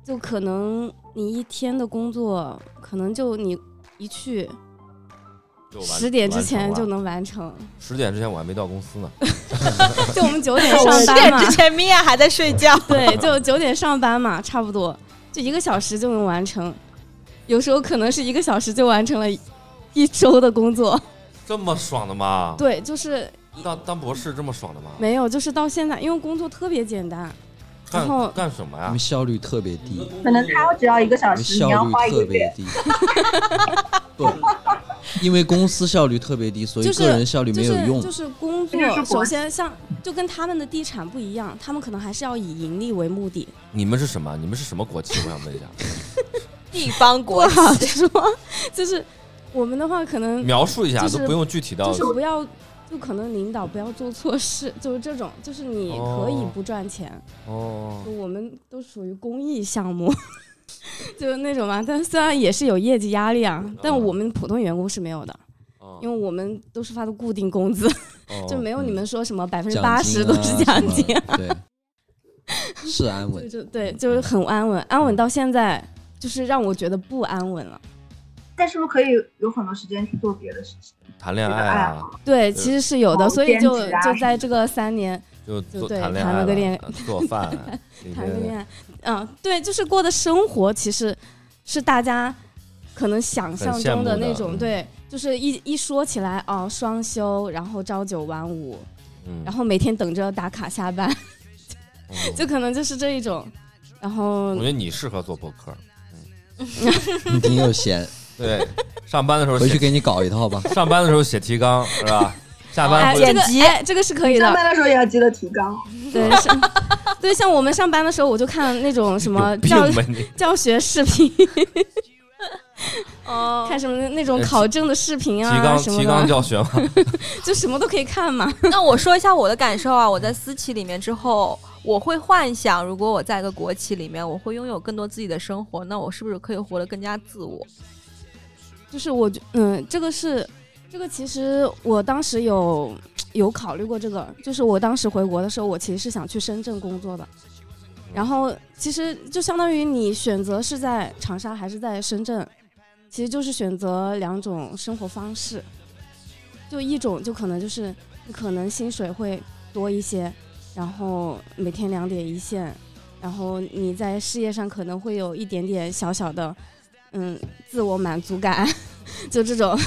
S7: 就可能你一天的工作，可能就你一去
S1: 就完
S7: 十点之前就
S1: 完成了
S7: 能完成，
S1: 十点之前我还没到公司呢。
S7: 就我们九点上
S2: 十
S7: 班
S2: 点
S7: 嘛
S2: 之，前，米娅还在睡觉。
S7: 对，就九点上班嘛，差不多就一个小时就能完成，有时候可能是一个小时就完成了一一周的工作，
S1: 这么爽的吗？
S7: 对，就是
S1: 当当博士这么爽的吗？
S7: 没有，就是到现在，因为工作特别简单，然后
S1: 干干什么
S3: 你
S1: 呀
S3: 们？效率特别低，
S6: 可能他只要一个小
S3: 你们
S6: 时，你要
S3: 效率
S6: 花一个
S3: 特
S6: 月
S3: 别。低。不，因为公司效率特别低，所以
S7: 就是
S3: 个人效率
S7: 就
S3: 没有
S7: 是
S3: 用
S7: 就。是工
S6: 就是说国
S7: 作，首先像就跟他们的地产不一样，他们可能还是要以盈利为目的，
S1: 你们是什么？你们是什么国企？我想 问一下，
S2: 地方
S7: 不
S2: 国
S7: 好
S2: 企，
S7: 说。就是我们的话，可能
S1: 描述一下，
S7: 就是
S1: 都不用具体到
S7: 就是不要，就可能领导不要做错事，就是这种，就是你可以
S1: 哦
S7: 不赚钱，
S1: 哦
S7: 就。我们都属于公益项目。 就是那种嘛，但虽然也是有业绩压力啊，
S3: 嗯
S7: 但我们普通员工是没有的，
S1: 哦
S7: 因为我们都是发的固定工资，
S1: 哦
S7: 就没有你们说什么百分之
S3: 嗯奖
S7: 八
S3: 金
S7: 十都
S3: 啊
S7: 是奖金
S3: 什么的对，是安稳
S7: 就。是 对，就是很安稳，安
S3: 嗯
S7: 稳到现在就是让我觉得不安稳了。
S6: 但是不是可以有很多时间去做别的事情？
S1: 谈恋
S3: 哎
S1: 爱啊，
S7: 对，其实是有的，
S6: 哦
S7: 所以就
S6: 兼职啊
S7: 就在这个三年
S1: 就
S7: 就
S1: 做
S7: 对
S1: 谈恋
S7: 谈了
S1: 爱
S7: 个
S1: 了
S7: 恋
S1: 啊做 饭，
S7: 谈个恋爱，啊，对，就是过的生活其实是大家可能想象中
S1: 很羡慕的
S7: 那种，
S1: 嗯
S7: 对，就是一一说起来哦，双休，然后朝九晚五，
S1: 嗯
S7: 然，后每天等着打卡下班，
S1: 嗯
S7: 就可能就是这一种，然后
S1: 我觉得你适合做播客，
S3: 你挺有闲，
S1: 对，上班的时候
S3: 回去
S1: 写，
S3: 给你搞一套吧。
S1: 上班的时候写提纲是吧？下班
S7: 哎，
S1: 回
S7: 这
S1: 去
S7: 个哎，这个是可以的
S6: 上，班的时候也要记得提纲。
S7: 对，是，对，像我们上班的时候，我就看那种什么
S1: 有病
S7: 教
S1: 吧你？
S7: 教学视频，
S2: 哦
S7: 看什么那种考证的视频
S1: 呃提
S7: 啊
S1: 纲
S7: 什么
S1: 提纲
S7: 的，
S1: 教学嘛，
S7: 就什么都可以看嘛。
S2: 那我说一下我的感受啊，我在私企里面之后，我会幻想，如果我在一个国企里面，我会拥有更多自己的生活，那我是不是可以活得更加自我？
S7: 就是我觉，嗯，这个是，这个其实我当时有有考虑过这个，就是我当时回国的时候，我其实是想去深圳工作的，然后其实就相当于你选择是在长沙还是在深圳，其实就是选择两种生活方式，就一种就可能就是你可能薪水会多一些，然后每天两点一线，然后你在事业上可能会有一点点小小的。嗯，自我满足感， 就这种。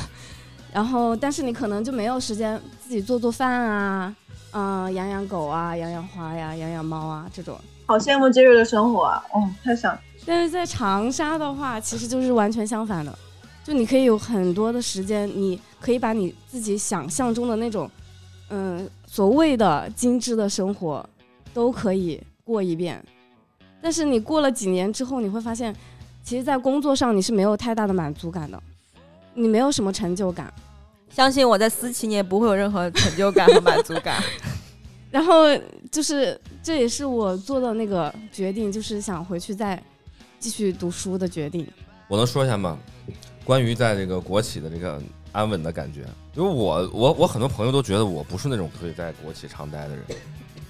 S7: 然后，但是你可能就没有时间自己做做饭啊，嗯、养养狗啊，养养花呀，养养猫啊这种。
S6: 好羡慕杰瑞的生活啊！嗯，太想
S7: 但是在长沙的话，其实就是完全相反的，就你可以有很多的时间，你可以把你自己想象中的那种嗯所谓的精致的生活都可以过一遍，但是你过了几年之后，你会发现，其实，在工作上你是没有太大的满足感的，你没有什么成就感。
S2: 相信我在私企，你也不会有任何成就感和满足 感。
S7: 然后就是这也是我做的那个决定，就是想回去再继续读书的决定。
S1: 我能说一下吗？关于在这个国企的这个安稳的感觉，因为我我我很多朋友都觉得我不是那种可以在国企长待的人，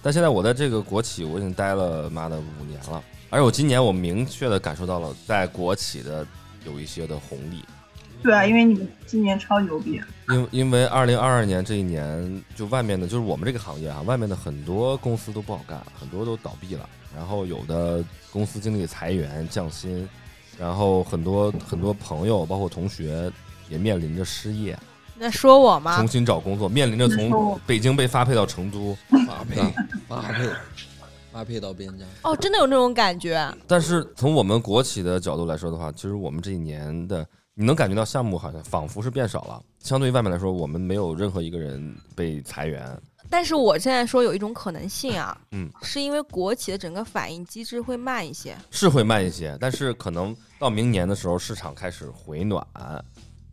S1: 但现在我在这个国企我已经待了妈的五年了，而且我今年我明确的感受到了在国企的有一些的红利，
S6: 对啊，因为你们今年超牛逼，啊
S1: 因因为二零二二年这一年，就外面的，就是我们这个行业啊，外面的很多公司都不好干，很多都倒闭了，然后有的公司经历裁员、降薪，然后很多很多朋友，包括同学，也面临着失业，
S2: 你在说我
S1: 重
S2: 吗？
S1: 新找工作，面临着
S6: 你说
S1: 从
S6: 我
S1: 北京被发配到成都，
S3: 发配，发配，发配到边疆。
S2: 哦，真的有那种感觉。
S1: 但是从我们国企的角度来说的话，其实我们这一年的，你能感觉到项目好像仿佛是变少了，相对于外面来说，我们没有任何一个人被裁员。
S2: 但是我现在说有一种可能性啊，
S1: 嗯，
S2: 是因为国企的整个反应机制会慢一些。
S1: 是会慢一些，但是可能到明年的时候，市场开始回暖，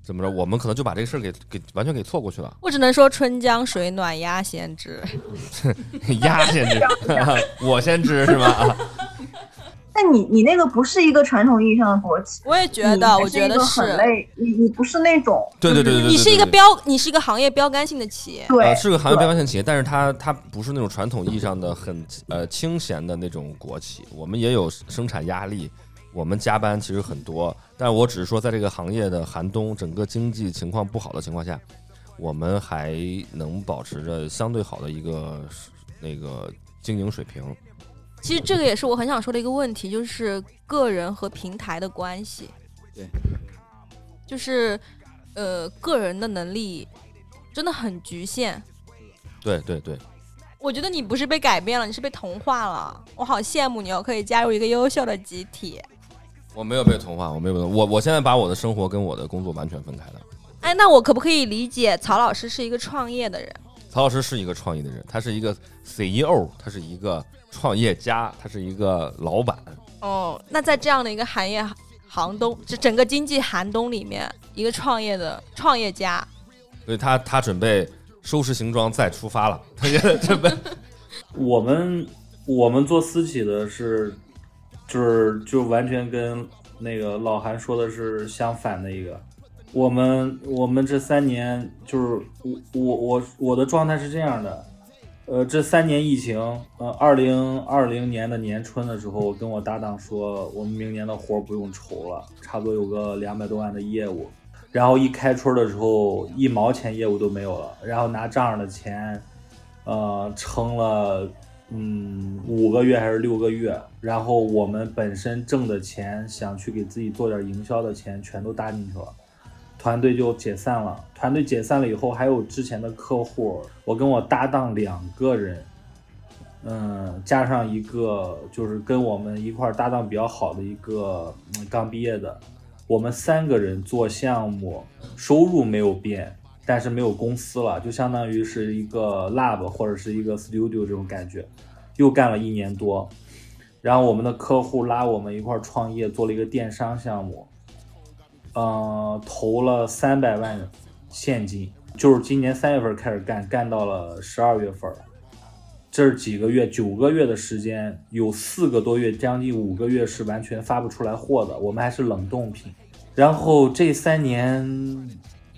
S1: 怎么着，我们可能就把这个事儿给给完全给错过去了。
S2: 我只能说春江水暖鸭先 知。
S1: 鸭先知， 我先知是吧？啊
S6: 但你你那个不是一个传统意义上的国企，
S2: 我也觉
S6: 嗯你
S2: 得，
S6: 还
S2: 我觉得
S6: 一个
S2: 是
S6: 很累，你你不是那种
S1: 对对对对对，
S2: 你是一个
S1: 对。
S2: 标，你是一个行业标杆性的企业。
S6: 对
S1: 呃，是个行业标杆性企业，但是它它不是那种传统意义上的很呃清闲的那种国企，我们也有生产压力，我们加班其实很多，但我只是说在这个行业的寒冬，整个经济情况不好的情况下，我们还能保持着相对好的一个那个经营水平。
S2: 其实这个也是我很想说的一个问题，就是个人和平台的关系。
S3: 对，
S2: 就是呃，个人的能力真的很局限。
S1: 对对对，
S2: 我觉得你不是被改变了，你是被同化了。我好羡慕你哦，可以加入一个优秀的集体。
S1: 我没有被同化，我没有被同我我现在把我的生活跟我的工作完全分开了。
S2: 哎，那我可不可以理解曹老师是一个创业的人？
S1: 曹老师是一个创意的人，他是一个 CEO，他是一个创业家，他是一个老板。
S2: 哦，那在这样的一个行业寒冬，这整个经济寒冬里面，一个创业的创业家，
S1: 所以他他准备收拾行装再出发了， 他现在准备
S5: 我们我们做私企的是，就是就完全跟那个老韩说的是相反的一个。我们我们这三年就是我我我我的状态是这样的，呃，这三年疫情，呃，二零二零年的年春的时候，我跟我搭档说，我们明年的活儿不用愁了，差不多有个两百多万的业务。然后一开春的时候，一毛钱业务都没有了，然后拿账上的钱呃，撑了嗯五个月还是六个月，然后我们本身挣的钱，想去给自己做点营销的钱，全都搭进去了，团队就解散了。团队解散了以后，还有之前的客户，我跟我搭档两个人，嗯，加上一个就是跟我们一块儿搭档比较好的一个、嗯刚毕业的，我们三个人做项目，收入没有变，但是没有公司了，就相当于是一个 lab 或者是一个 studio 这种感觉，又干了一年多。然后我们的客户拉我们一块儿创业，做了一个电商项目，呃，投了三百万现金，就是今年三月份开始干，干到了十二月份儿，这是几个月，九个月的时间，有四个多月，将近五个月是完全发不出来货的，我们还是冷冻品。然后这三年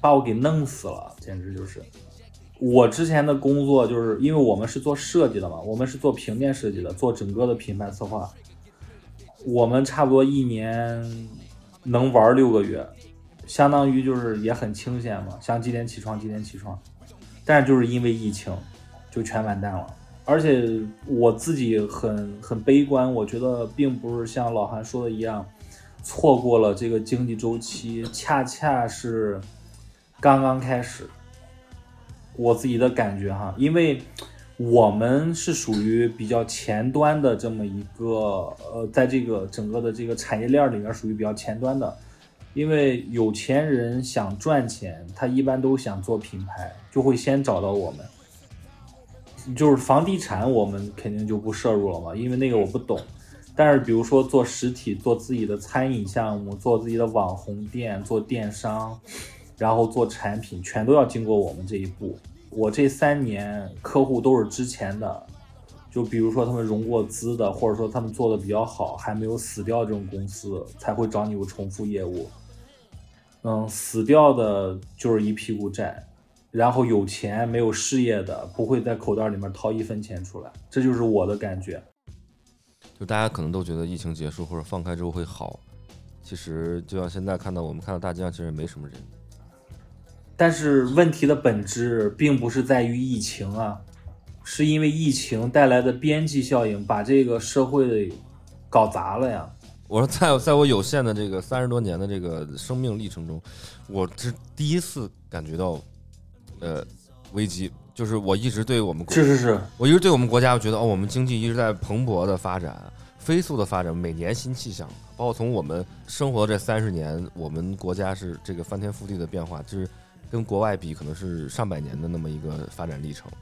S5: 把我给弄死了，简直就是。我之前的工作就是因为我们是做设计的嘛，我们是做平面设计的，做整个的品牌策划。我们差不多一年能玩六个月，相当于就是也很清闲嘛，想几点起床几点起床。但是就是因为疫情，就全完蛋了。而且我自己很很悲观，我觉得并不是像老韩说的一样，错过了这个经济周期，恰恰是刚刚开始。我自己的感觉哈，因为我们是属于比较前端的这么一个呃，在这个整个的这个产业链儿里面属于比较前端的，因为有钱人想赚钱，他一般都想做品牌，就会先找到我们。就是房地产我们肯定就不涉入了嘛，因为那个我不懂。但是比如说做实体、做自己的餐饮项目、做自己的网红店、做电商，然后做产品，全都要经过我们这一步。我这三年客户都是之前的，就比如说他们融过资的，或者说他们做的比较好，还没有死掉这种公司，才会找你有重复业务。嗯，死掉的就是一屁股债，然后有钱没有事业的，不会在口袋里面掏一分钱出来，这就是我的感觉。
S1: 就大家可能都觉得疫情结束或者放开之后会好，其实就像现在看到我们看到大街上其实没什么人，
S5: 但是问题的本质并不是在于疫情啊，是因为疫情带来的边际效应把这个社会搞砸了呀。
S1: 我说在在我有限的这个三十多年的这个生命历程中，我是第一次感觉到，呃，危机。就是我一直对我们国，
S5: 是是是，
S1: 我一直对我们国家我觉得哦，我们经济一直在蓬勃的发展，飞速的发展，每年新气象。包括从我们生活这三十年，我们国家是这个翻天覆地的变化，就是跟国外比可能是上百年的那么一个发展历程。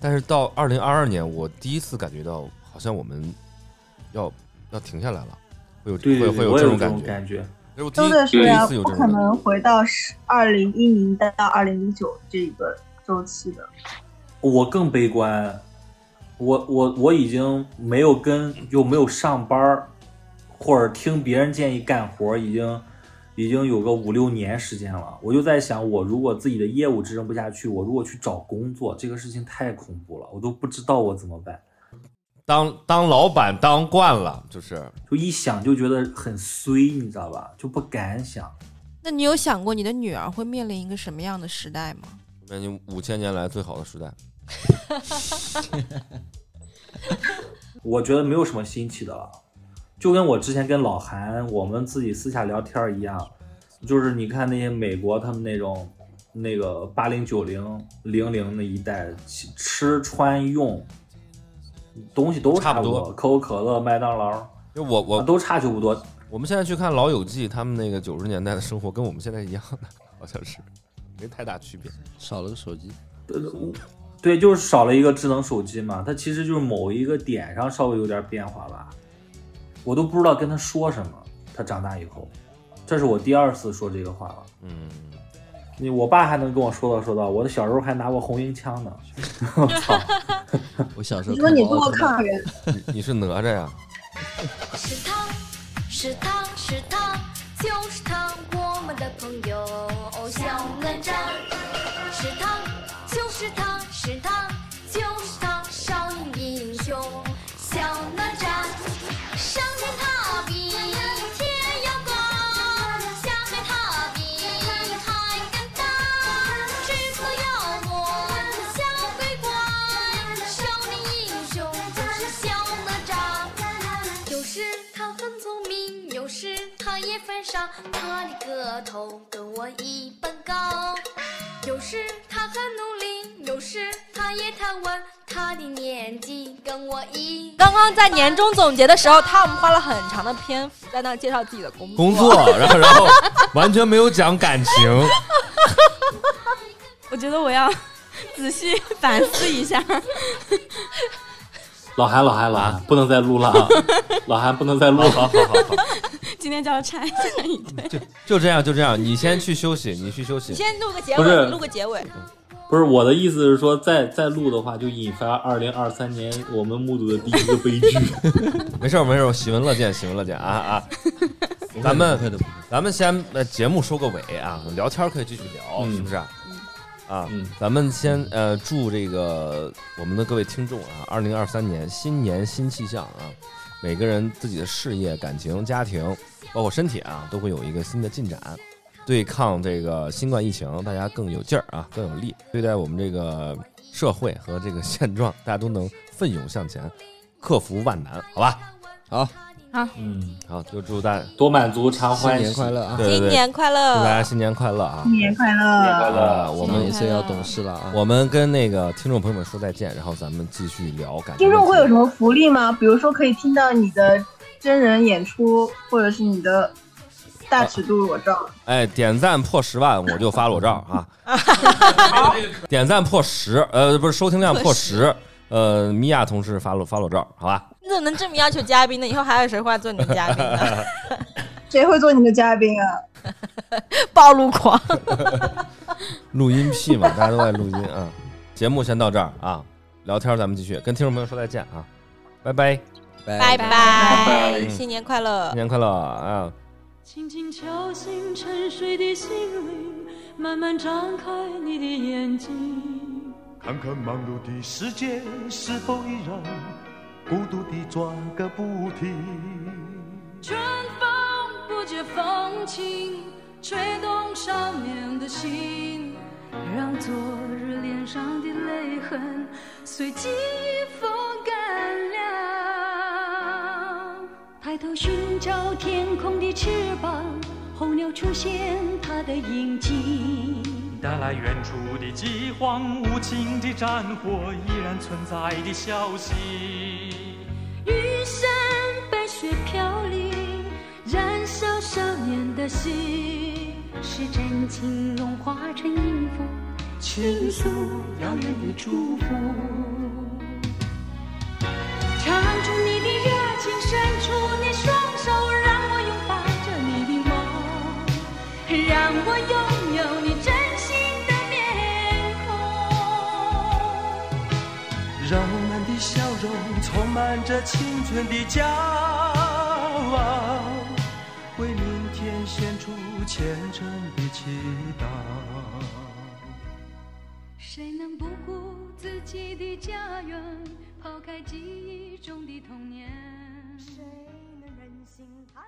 S1: 但是到二零二二年，我第一次感觉到好像我们要要停下来了，会有
S5: 对对
S1: 会会
S5: 对，
S1: 有
S5: 我
S1: 这
S5: 有这
S1: 种感
S5: 种
S1: 觉。
S5: 感觉。
S1: 哎我第
S6: 真
S1: 一
S6: 的是
S1: 第一
S6: 呀，
S1: 次
S6: 不
S1: 有这种
S6: 可
S1: 感觉。
S6: 能回到十二零一零到二零一九这个周期的。
S5: 我更悲观，我我我已经没有跟又没有上班儿，或者听别人建议干活儿，已经已经有个五六年时间了。我就在想，我如果自己的业务支撑不下去，我如果去找工作，这个事情太恐怖了，我都不知道我怎么办。
S1: 当当老板当惯了，就是
S5: 就一想就觉得很衰，你知道吧？就不敢想。
S9: 那你有想过你的女儿会面临一个什么样的时代吗？
S1: 面临五千年来最好的时代。
S5: 我觉得没有什么新奇的了，就跟我之前跟老韩我们自己私下聊天儿一样，就是你看那些美国他们那种那个八零九零零零那一代，其吃穿用东西都不
S1: 差不
S5: 多，可口可乐、麦当劳啊
S1: 就我我
S5: 都差距不多。
S1: 我们现在去看《老友记》，他们那个九十年代的生活跟我们现在一样的，好像是没太大区别。
S3: 少了个手机，
S5: 对，就是少了一个智能手机嘛，它其实就是某一个点上稍微有点变化吧，我都不知道跟他说什么。他长大以后，这是我第二次说这个话了。
S1: 嗯，
S5: 你我爸还能跟我说道说道，我的小时候还拿过红缨枪呢。我操！
S3: 我小时候
S6: 你说
S3: 看
S6: 你
S3: 过
S6: 做过
S3: 奥特曼
S6: 抗原，
S1: 你你是哪吒呀？
S4: 食堂，食堂，食堂，就是堂，我们的朋友小哪吒。食堂，就是堂，食堂，就是堂，少年英雄小哪吒。上面他比天要高，下面他比海更大，吃苦要磨下鬼怪，少年英雄就是小哪吒。有时他很聪明，有时他也犯傻，他的个头跟我一般高。有时他很努力，有时他也贪玩，他的年纪跟我一般。
S2: 刚刚在年终总结的时候，他我们花了很长的篇幅在那介绍自己的工作。
S1: 工 作，然后然后完全没有讲感情。
S7: 我觉得我要 仔细反思一下。
S5: 老韩，老韩，老韩，不能再录了啊！老韩不能再录了。好好好，
S7: 今天就要拆散一对。
S1: 就就这样，就这样。你先去休息，你去休息
S2: 你。先录个结
S5: 不
S2: 尾，
S5: 是
S2: 你录个结尾。
S5: 不是我的意思是说，再再录的话，就引发二零二三年我们目睹的第一个悲剧。
S1: 没事儿没事儿，我喜闻乐见，喜闻乐见啊啊！
S3: 不会的
S1: 咱们
S3: 不会的，不会的
S1: 咱们先呃节目收个尾啊，聊天儿可以继续聊，
S5: 嗯
S1: 是不是？啊，
S5: 嗯
S1: 咱们先呃祝这个我们的各位听众啊，二零二三年新年新气象啊，每个人自己的事业、感情、家庭，包括身体啊，都会有一个新的进展。对抗这个新冠疫情，大家更有劲儿啊，更有力。对待我们这个社会和这个现状，大家都能奋勇向前，克服万难，好吧？
S3: 好，
S5: 嗯，
S1: 好，就祝大
S5: 多满足常
S3: 新
S5: 欢喜。
S3: 年快乐啊！
S1: 对对
S2: 新
S1: 对，
S2: 年快
S1: 祝大家
S2: 乐！
S1: 新年快乐啊！
S6: 新年快乐！嗯
S1: 啊，我
S3: 我
S1: 们
S3: 们也是要懂事了啊！
S1: 我们跟那个听众朋友们说再见，然后咱们继续聊感情问题。
S6: 听众会有什么福利吗？比如说可以听到你的真人演出，或者是你的大尺度裸照。
S1: 哎，点赞破十万我 就发裸照啊！点赞破十，呃，不是收听量破十，呃，米娅同事发裸发裸照，好吧？
S2: 你怎么能这么要求嘉宾呢？以后还有谁会来做你的嘉宾
S1: 啊
S2: 呢？
S6: 谁会做你的 嘉宾啊？
S2: 暴露狂，
S1: 录音癖嘛，大家都爱录音啊。节目先到这儿啊，聊天咱们继续，跟听众朋友说再见啊，拜拜，新
S2: 拜拜
S1: 拜，
S2: 新年快乐。
S1: 年快乐啊！
S11: 轻轻敲醒沉睡的心灵，慢慢张开你的眼睛，
S4: 看看忙碌的世界是否依然孤独地转个不停。
S11: 春风不觉风情，吹动少年的心，让昨日脸上的泪痕随记忆风干了。抬头寻找天空的翅膀，候鸟出现它的影迹。
S4: 带来远处的饥荒，无情的战火，依然存在的消息。
S11: 玉山白雪飘零，燃烧少年的心，是真情融化成音符，倾诉遥远的祝福。唱出你的热情，伸出你双手，让我拥抱着你的梦，让我拥有你真心的面孔。
S4: 让我们的笑容充满着青春的骄傲，为明天献出虔诚的祈祷。
S11: 谁能不顾自己的家园，抛开记忆中的童年？谁能忍心看